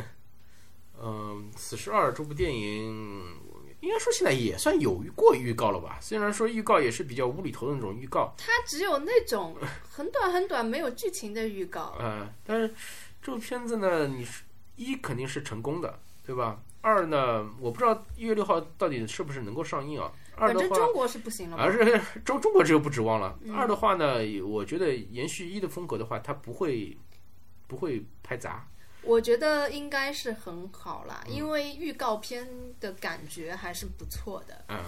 嗯，《死侍二》这部电影应该说现在也算有过预告了吧？虽然说预告也是比较无厘头的那种预告，它只有那种很短很短、没有剧情的预告。呃，但是这部片子呢，你是一肯定是成功的，对吧？二呢，我不知道一月六号到底是不是能够上映啊？二反的正话，中嗯国是不行了吧？而是中中国这个不指望了。二的话呢，我觉得延续一的风格的话，它不会不会拍砸，我觉得应该是很好啦，嗯因为预告片的感觉还是不错的。嗯。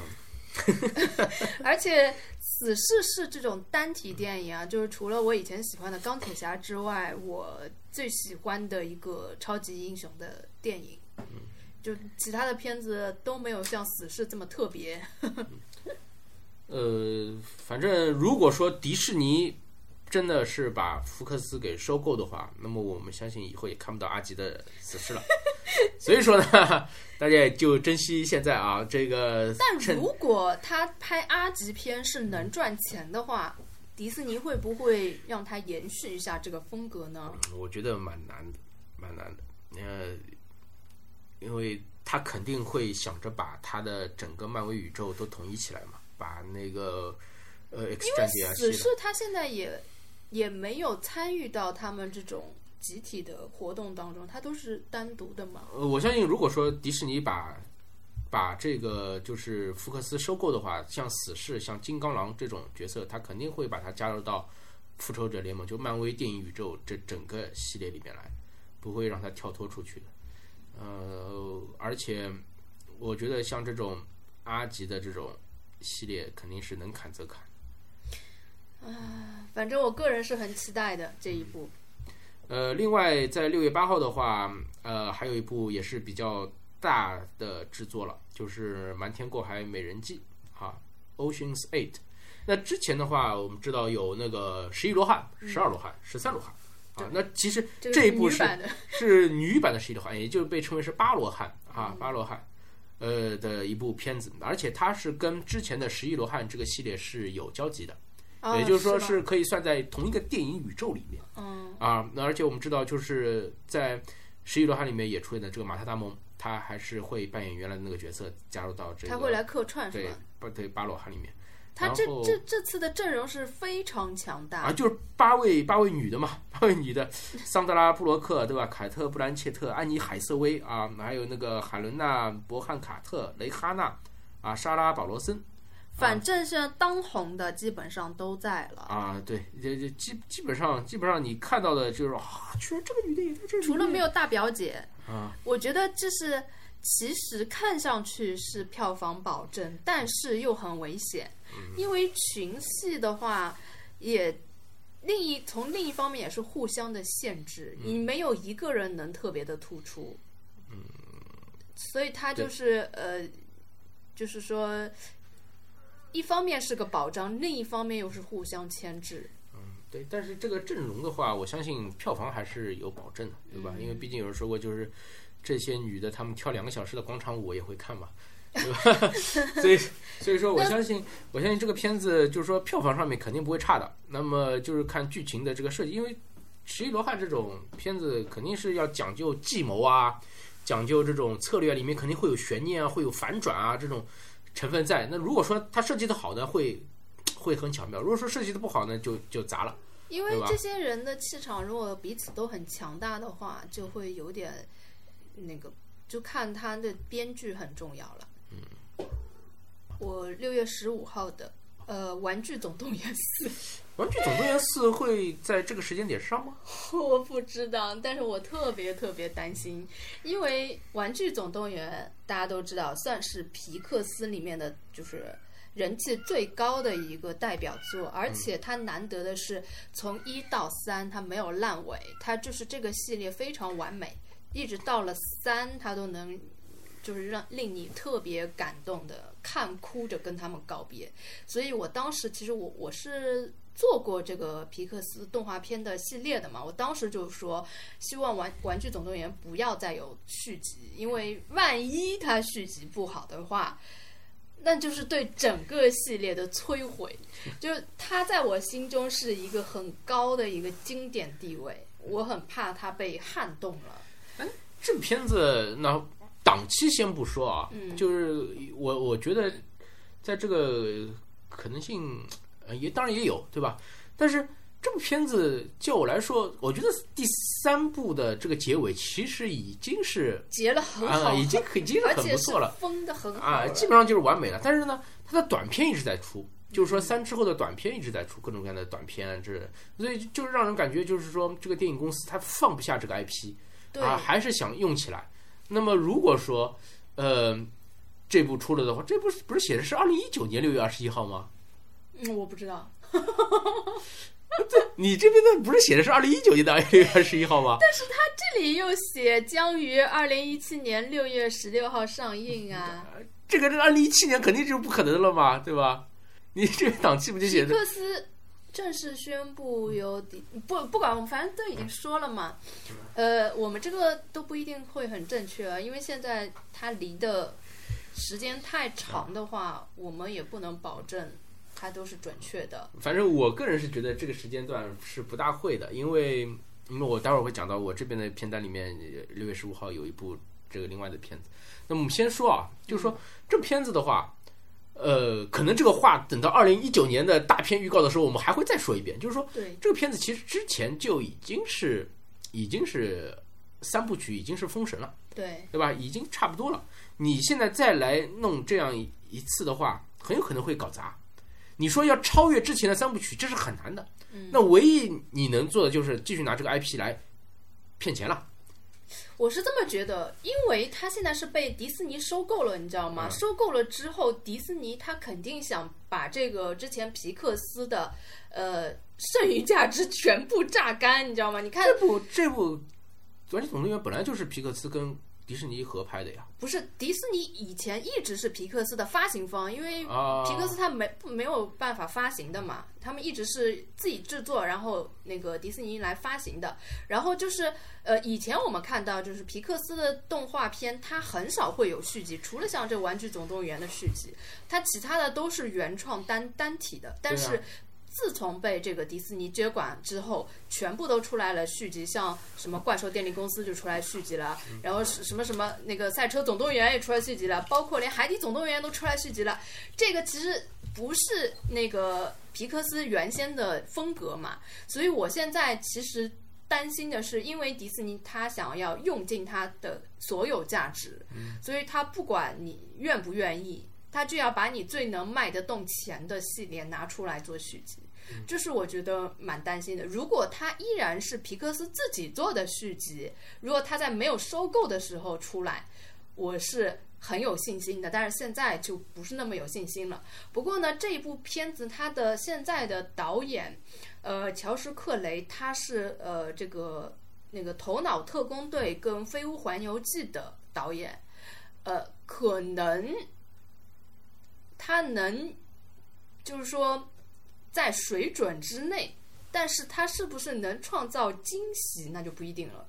而且《死侍》是这种单体电影啊，就是除了我以前喜欢的钢铁侠之外，我最喜欢的一个超级英雄的电影。就其他的片子都没有像《死侍》这么特别。呃，反正如果说迪士尼真的是把福克斯给收购的话，那么我们相信以后也看不到阿吉的死侍了，所以说呢， 大家也就珍惜现在啊，这个但趁如果他拍 R 级片是能赚钱的话，迪士尼会不会让他延续一下这个风格呢？我觉得蛮难的，蛮难的。呃，因为他肯定会想着把他的整个漫威宇宙都统一起来嘛，把那个呃 X 战警啊，死系列侍他现在也也没有参与到他们这种集体的活动当中，他都是单独的嘛。呃，我相信如果说迪士尼把把这个就是福克斯收购的话，像死侍、像金刚狼这种角色，他肯定会把它加入到复仇者联盟，就漫威电影宇宙这整个系列里面来，不会让它跳脱出去的。呃，而且我觉得像这种阿吉的这种系列，肯定是能砍则砍。反正我个人是很期待的这一部。呃，另外在六月八号的话，呃，还有一部也是比较大的制作了，就是《瞒天过海：美人计》啊，《Ocean's Eight》。那之前的话，我们知道有那个十一罗汉、十二罗汉、十三罗汉啊。那其实这个这一部女是版的，是女版的十一罗汉，也就是被称为是八罗汉啊，八罗汉，呃的一部片子，而且它是跟之前的十一罗汉这个系列是有交集的，啊也就是说吗是可以算在同一个电影宇宙里面。嗯，啊，那而且我们知道，就是在《十一罗汉》里面也出现的这个马特·达蒙，他还是会扮演原来的那个角色，加入到这个他会来客串是对吧？巴对巴罗汉里面啊他然这后这这次的阵容是非常强大啊，就是八位八位女的嘛，八位女的，桑德拉·布洛克对吧？凯特·布兰切特、安妮·海瑟薇啊，还有那个海伦娜·伯汉卡特、雷哈娜啊、莎拉·保罗森反正现在当红的基本上都在了，啊，对，这这基基本上基本上你看到的就是啊，居然这个女的也在这里面，除了没有大表姐，啊，我觉得这是其实看上去是票房保证，但是又很危险，因为群戏的话也。另一从另一方面也是互相的限制，你没有一个人能特别的突出，嗯，所以他就是呃，就是说，一方面是个保障，另一方面又是互相牵制。对，但是这个阵容的话，我相信票房还是有保证的，对吧？因为毕竟有人说过，就是这些女的，她们跳两个小时的广场舞，我也会看嘛，对吧？ 所以，所以说，我相信，我相信这个片子就是说票房上面肯定不会差的。那么就是看剧情的这个设计，因为《十一罗汉》这种片子肯定是要讲究计谋啊，讲究这种策略，里面肯定会有悬念啊，会有反转啊这种成分在。那如果说它设计的好呢，会会很巧妙；如果说设计的不好呢，就就砸了。因对为吧这些人的气场如果彼此都很强大的话，就会有点那个，就看他的编剧很重要了。嗯，我六月十五号的呃《玩具总动员四《玩具总动员四》会在这个时间点上吗？》，我不知道，但是我特别特别担心，因为《玩具总动员》大家都知道，算是皮克斯里面的就是。人气最高的一个代表作，而且它难得的是从一到三它没有烂尾，它就是这个系列非常完美，一直到了三它都能就是让令你特别感动的看哭着跟他们告别。所以我当时其实我我是做过这个皮克斯动画片的系列的嘛，我当时就说希望玩《玩具总动员》不要再有续集，因为万一它续集不好的话。那就是对整个系列的摧毁，就是它在我心中是一个很高的一个经典地位，我很怕它被撼动了。这片子那档期先不说啊，嗯就是我我觉得在这个可能性呃也当然也有对吧？但是这部片子就我来说，我觉得第三部的这个结尾其实已经是结了很好，啊已经已经是而很且不是错了。封的很好啊，了基本上就是完美了。但是呢，它的短片一直在出，就是说三之后的短片一直在出各种各样的短片，这所以就是让人感觉就是说这个电影公司它放不下这个 IP 对、啊，还是想用起来。那么如果说呃这部出了的话，这不是不是写的是二零一九年六月二十一号吗？嗯，我不知道，你这边的不是写的是二零一九年的六月二十一号吗？这里又写将于二零一七年六月十六号上映嗯啊。这个这二零一七年肯定就是不可能了嘛，对吧？你这个档期不就写皮的克斯，正式宣布由迪不不管，反正都已经说了嘛。呃，我们这个都不一定会很正确啊，因为现在它离的时间太长的话，我们也不能保证它都是准确的。反正我个人是觉得这个时间段是不大会的，因为因为我待会儿会讲到我这边的片单里面，六月十五号有一部这个另外的片子。那么我们先说啊，就是说这片子的话，呃，可能这个话等到二零一九年的大片预告的时候，我们还会再说一遍。就是说，对，这个片子其实之前就已经是已经是三部曲，已经是封神了。对，对吧？已经差不多了。你现在再来弄这样一次的话，很有可能会搞砸。你说要超越之前的三部曲，这是很难的。嗯那唯一你能做的就是继续拿这个 IP 来骗钱了。我是这么觉得，因为它现在是被迪士尼收购了，你知道吗？嗯收购了之后，迪士尼它肯定想把这个之前皮克斯的呃剩余价值全部榨干，你知道吗？你看，这部这部《玩具总动员》本来就是皮克斯跟迪士尼合拍的呀。不是迪士尼以前一直是皮克斯的发行方，因为啊，嗯皮克斯他没不没有办法发行的嘛，他们一直是自己制作，然后那个迪士尼来发行的。然后就是呃，以前我们看到就是皮克斯的动画片，它很少会有续集，除了像这《玩具总动员》的续集，它其他的都是原创单单体的。但对是自从被这个迪士尼接管之后，全部都出来了续集，像什么怪兽电力公司就出来续集了，然后是什么什么那个赛车总动员也出来续集了，包括连海底总动员都出来续集了。这个其实不是那个皮克斯原先的风格嘛，所以我现在其实担心的是，因为迪士尼它想要用尽它的所有价值，所以它不管你愿不愿意，它就要把你最能卖得动钱的系列拿出来做续集。这是我觉得蛮担心的。如果它依然是皮克斯自己做的续集，如果它在没有收购的时候出来，我是很有信心的。但是现在就不是那么有信心了。不过呢，这一部片子它的现在的导演，呃，乔什·克雷，他是呃这个那个《头脑特工队》跟《飞屋环游记》的导演，呃，可能他能就是说在水准之内。但是他是不是能创造惊喜，那就不一定了。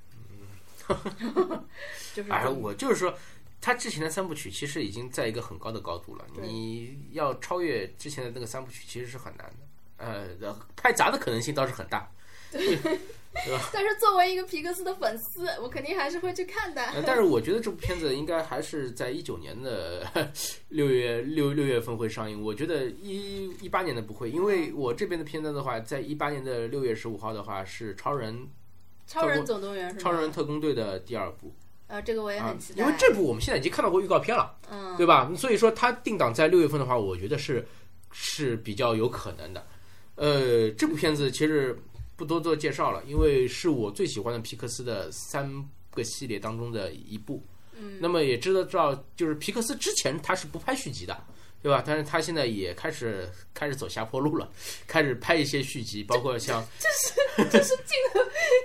就是哎，这么我就是说，他之前的三部曲其实已经在一个很高的高度了，对你要超越之前的那个三部曲其实是很难的。呃，拍砸的可能性倒是很大，但是作为一个皮克斯的粉丝，我肯定还是会去看 的。呃但是我觉得这部片子应该还是在一九年的 六月六六月份会上映。我觉得一一八年的不会，因为我这边的片单的话，在一八年的六月十五号的话是《超人超人总动员是吗？超人特工队》的第二部呃，这个我也啊很期，待。因为这部我们现在已经看到过预告片了，嗯，对吧？所以说它定档在六月份的话，我觉得是是比较有可能的。呃，这部片子其实不多做介绍了，因为是我最喜欢的皮克斯的三个系列当中的一部。嗯，那么也知道知道，就是皮克斯之前他是不拍续集的，对吧？但是他现在也开始开始走下坡路了，开始拍一些续集，包括像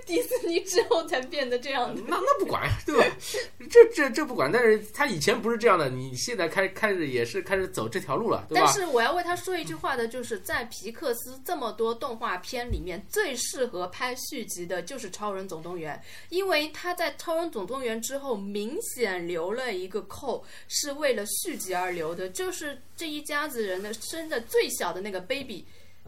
迪士尼之后才变得这样的。那那不 管呀，对吧？这这这不管，但是他以前不是这样的，你现在开开始也是开始走这条路了，对但吧？是我要为他说一句话的，就是在皮克斯这么多动画片里面，最适合拍续集的就是《超人总动员》，因为他在《超人总动员》之后明显留了一个扣，是为了续集而留的，就是这一家子人的生的最小的那个 baby，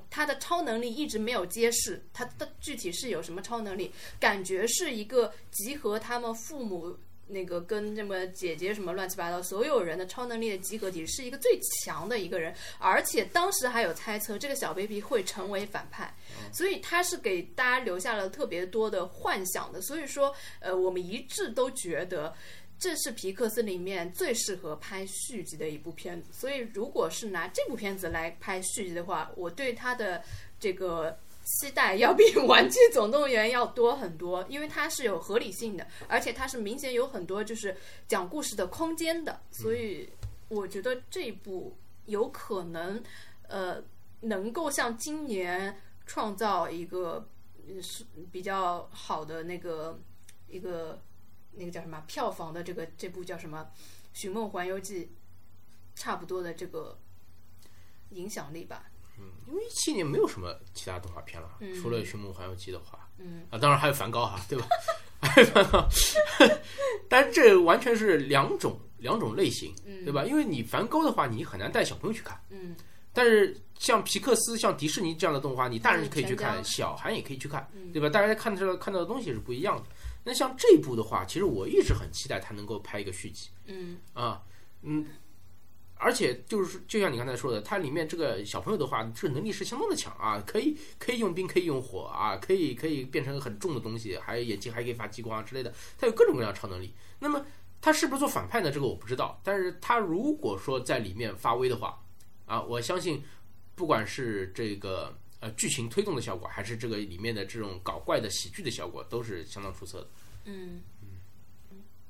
他的超能力一直没有揭示，他的具体是有什么超能力，感觉是一个集合他们父母。那个跟什么姐姐什么乱七八糟，所有人的超能力的集合体是一个最强的一个人，而且当时还有猜测这个小 baby 会成为反派，所以他是给大家留下了特别多的幻想的。所以说，呃，我们一致都觉得这是皮克斯里面最适合拍续集的一部片子。所以，如果是拿这部片子来拍续集的话，我对它的这个期待要比 《玩具总动员》要多很多，因为它是有合理性的，而且它是明显有很多就是讲故事的空间的，所以我觉得这一部有可能，呃，能够像今年创造一个嗯是比较好的那个一个那个叫什么啊票房的这个这部叫什么《寻梦环游记》差不多的这个影响力吧。因为一七年没有什么其他动画片了，嗯除了《寻梦环游记》的话，嗯啊，当然还有梵 高哈，对吧？ 还有梵高，但这完全是两种两种类型，嗯，对？吧？因为你梵高的话，你很难带小朋友去看，嗯但是像皮克斯、像迪士尼这样的动画，你大人嗯可以去看，全家小孩也可以去看，嗯对吧？大家看到看到的东西是不一样的。那像这一部的话，其实我一直很期待他能够拍一个续集，嗯啊，嗯，而且就是就像你刚才说的，它里面这个小朋友的话，这个能力是相当的强啊，可以可以用冰，可以用火啊，可以可以变成很重的东西，还有眼睛还可以发激光啊之类的，它有各种各样的超能力。那么他是不是做反派呢？这个我不知道，但是他如果说在里面发威的话，啊，我相信不管是这个。呃，剧情推动的效果，还是这个里面的这种搞怪的喜剧的效果，都是相当出色的。嗯，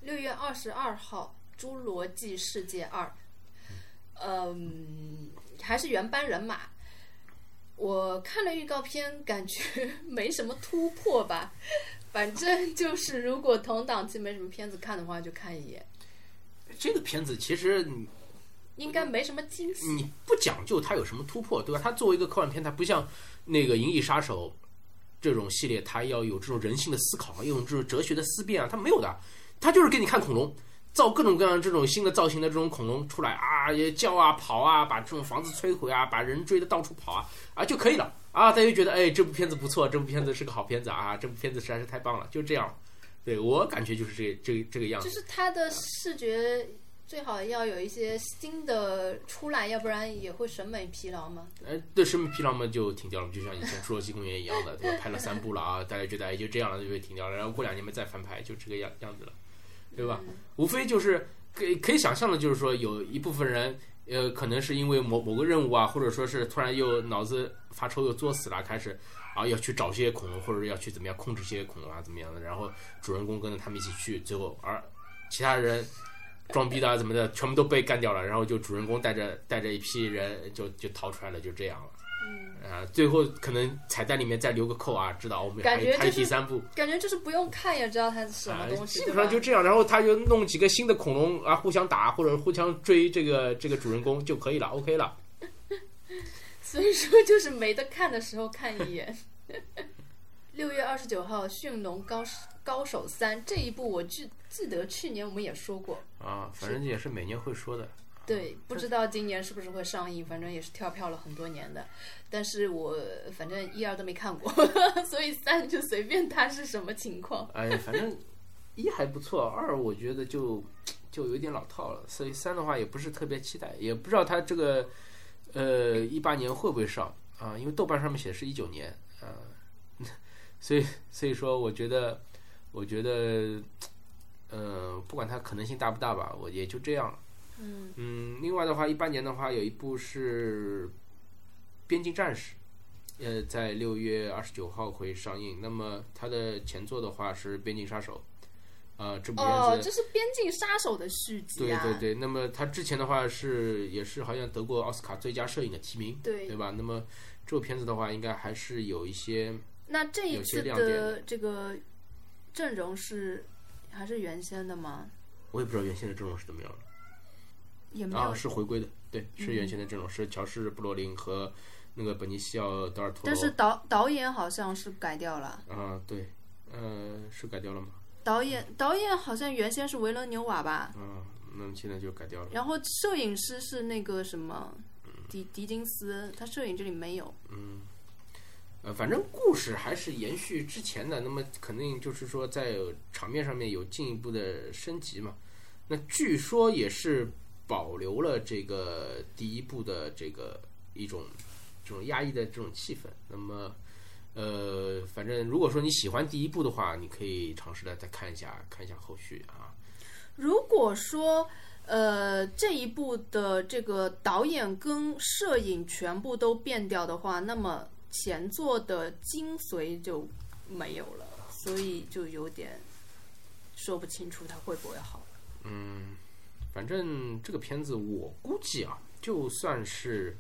六月二十二号，《侏罗纪世界二》，嗯，还是原班人马。我看了预告片，感觉 没什么突破吧。反正就是，如果同档期没什么片子看的话，就看一眼，这个片子其实你应该没什么惊喜。你不讲究它有什么突破，对吧？它作为一个科幻片，它不像那个《银翼杀手》这种系列，它要有这种人性的思考，有这种哲学的思辨啊，它没有的。它就是给你看恐龙，造各种各样这种新的造型的这种恐龙出来啊，也叫啊跑啊，把这种房子摧毁啊，把人追的到处跑啊啊就可以了啊。大家就觉得哎，这部片子不错，这部片子是个好片子啊，这部片子实在是太棒了，就这样。对我感觉就是这这这个样就子。是它的视觉最好要有一些新的出来，要不然也会审美疲劳嘛。哎，对审美疲劳嘛就停掉了，就像以前《侏罗纪公园》一样的，对吧？拍了三部了啊，大家觉得哎就这样了，就被停掉了，然后过两年嘛再翻拍，就这个样样子了，对吧？无非就是可以可以想象的，就是说有一部分人，呃，可能是因为某某个任务啊，或者说是突然又脑子发抽又作死了，开始啊要去找这些恐龙，或者要去怎么样控制这些恐龙啊，怎么样的，然后主人公跟着他们一起去，最后而其他人装逼的啊怎么的，全部都被干掉了，然后就主人公带着带着一批人就就逃出来了，就这样了。嗯，啊，最后可能彩蛋里面再留个扣啊，知道我们还感觉还有就是第三部，感觉就是不用看也知道它是什啊么东，西，基对本吧上就这样。然后他就弄几个新的恐龙啊，互相打或者互相追这个这个主人公就可以了，OK 了。所以说就是没得看的时候看一眼。 六月二十九号，《驯龙高手高手三》这一部，我记记得去年我们也说过，啊，反正也是每年会说的。对，不知道今年是不是会上映，反正也是跳票了很多年的。但是我反正一二都没看过， 所以三就随便它是什么情况。哎，反正一还不错，二我觉得就就有点老套了，所以三的话也不是特别期待，也不知道它这个呃一八年会不会上啊，因为豆瓣上面写的是一九年啊， 所以所以说我觉得我觉得呃不管它可能性大不大吧，我也就这样了。嗯嗯，另外的话，一八年的话有一部是《边境战士》，呃，在六月二十九号会上映。那么它的前作的话是《边境杀手》，呃，这部片哦，子，这是《边境杀手》的续集对啊。对对。那么它之前的话是也是好像得过奥斯卡最佳摄影的提名，对对吧？那么这部片子的话，应该还是有一些那这一有些次亮点的这个阵容是还是原先的吗？我也不知道原先的阵容是怎么样的也没有嗯啊，是回归的，对，是原先的阵容，是乔治·布罗林和那个本尼西奥·德尔托但罗是导导演好像是改掉了，啊，对，呃，是改掉了吗？导演导演好像原先是维伦纽瓦吧，啊，那么现在就改掉了。然后摄影师是那个什么迪迪金斯，他摄影这里没有。呃，反正故事还是延续之前的，那么肯定就是说在场面上面有进一步的升级嘛。那据说也是保留了这个第一部的这个一种这种压抑的这种气氛。那么，呃，反正如果说你喜欢第一部的话，你可以尝试的再看一下，看一下后续啊。如果说呃这一部的这个导演跟摄影全部都变掉的话，那么前作的精髓就没有了，所以就有点说不清楚它会不会好。反正这个片子我估计啊，就算是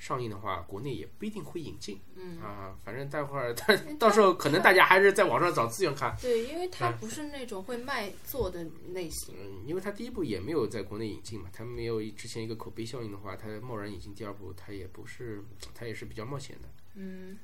上映的话，国内也不一定会引进嗯，啊。反正待会儿， 但到时候可能大家还是在网上找资源看。对，因为它嗯不是那种会卖座的类型。嗯，因为它第一部也没有在国内引进嘛，它没有之前一个口碑效应的话，它贸然引进第二部，它也不是，它也是比较冒险的。嗯，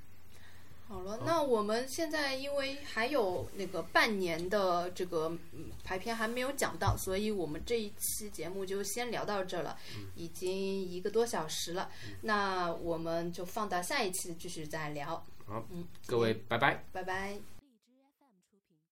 好了，那我们现在因为还有那个半年的这个嗯排片还没有讲到，所以我们这一期节目就先聊到这了，已经一个多小时了，那我们就放到下一期继续再聊，好嗯，各位，拜拜。拜拜。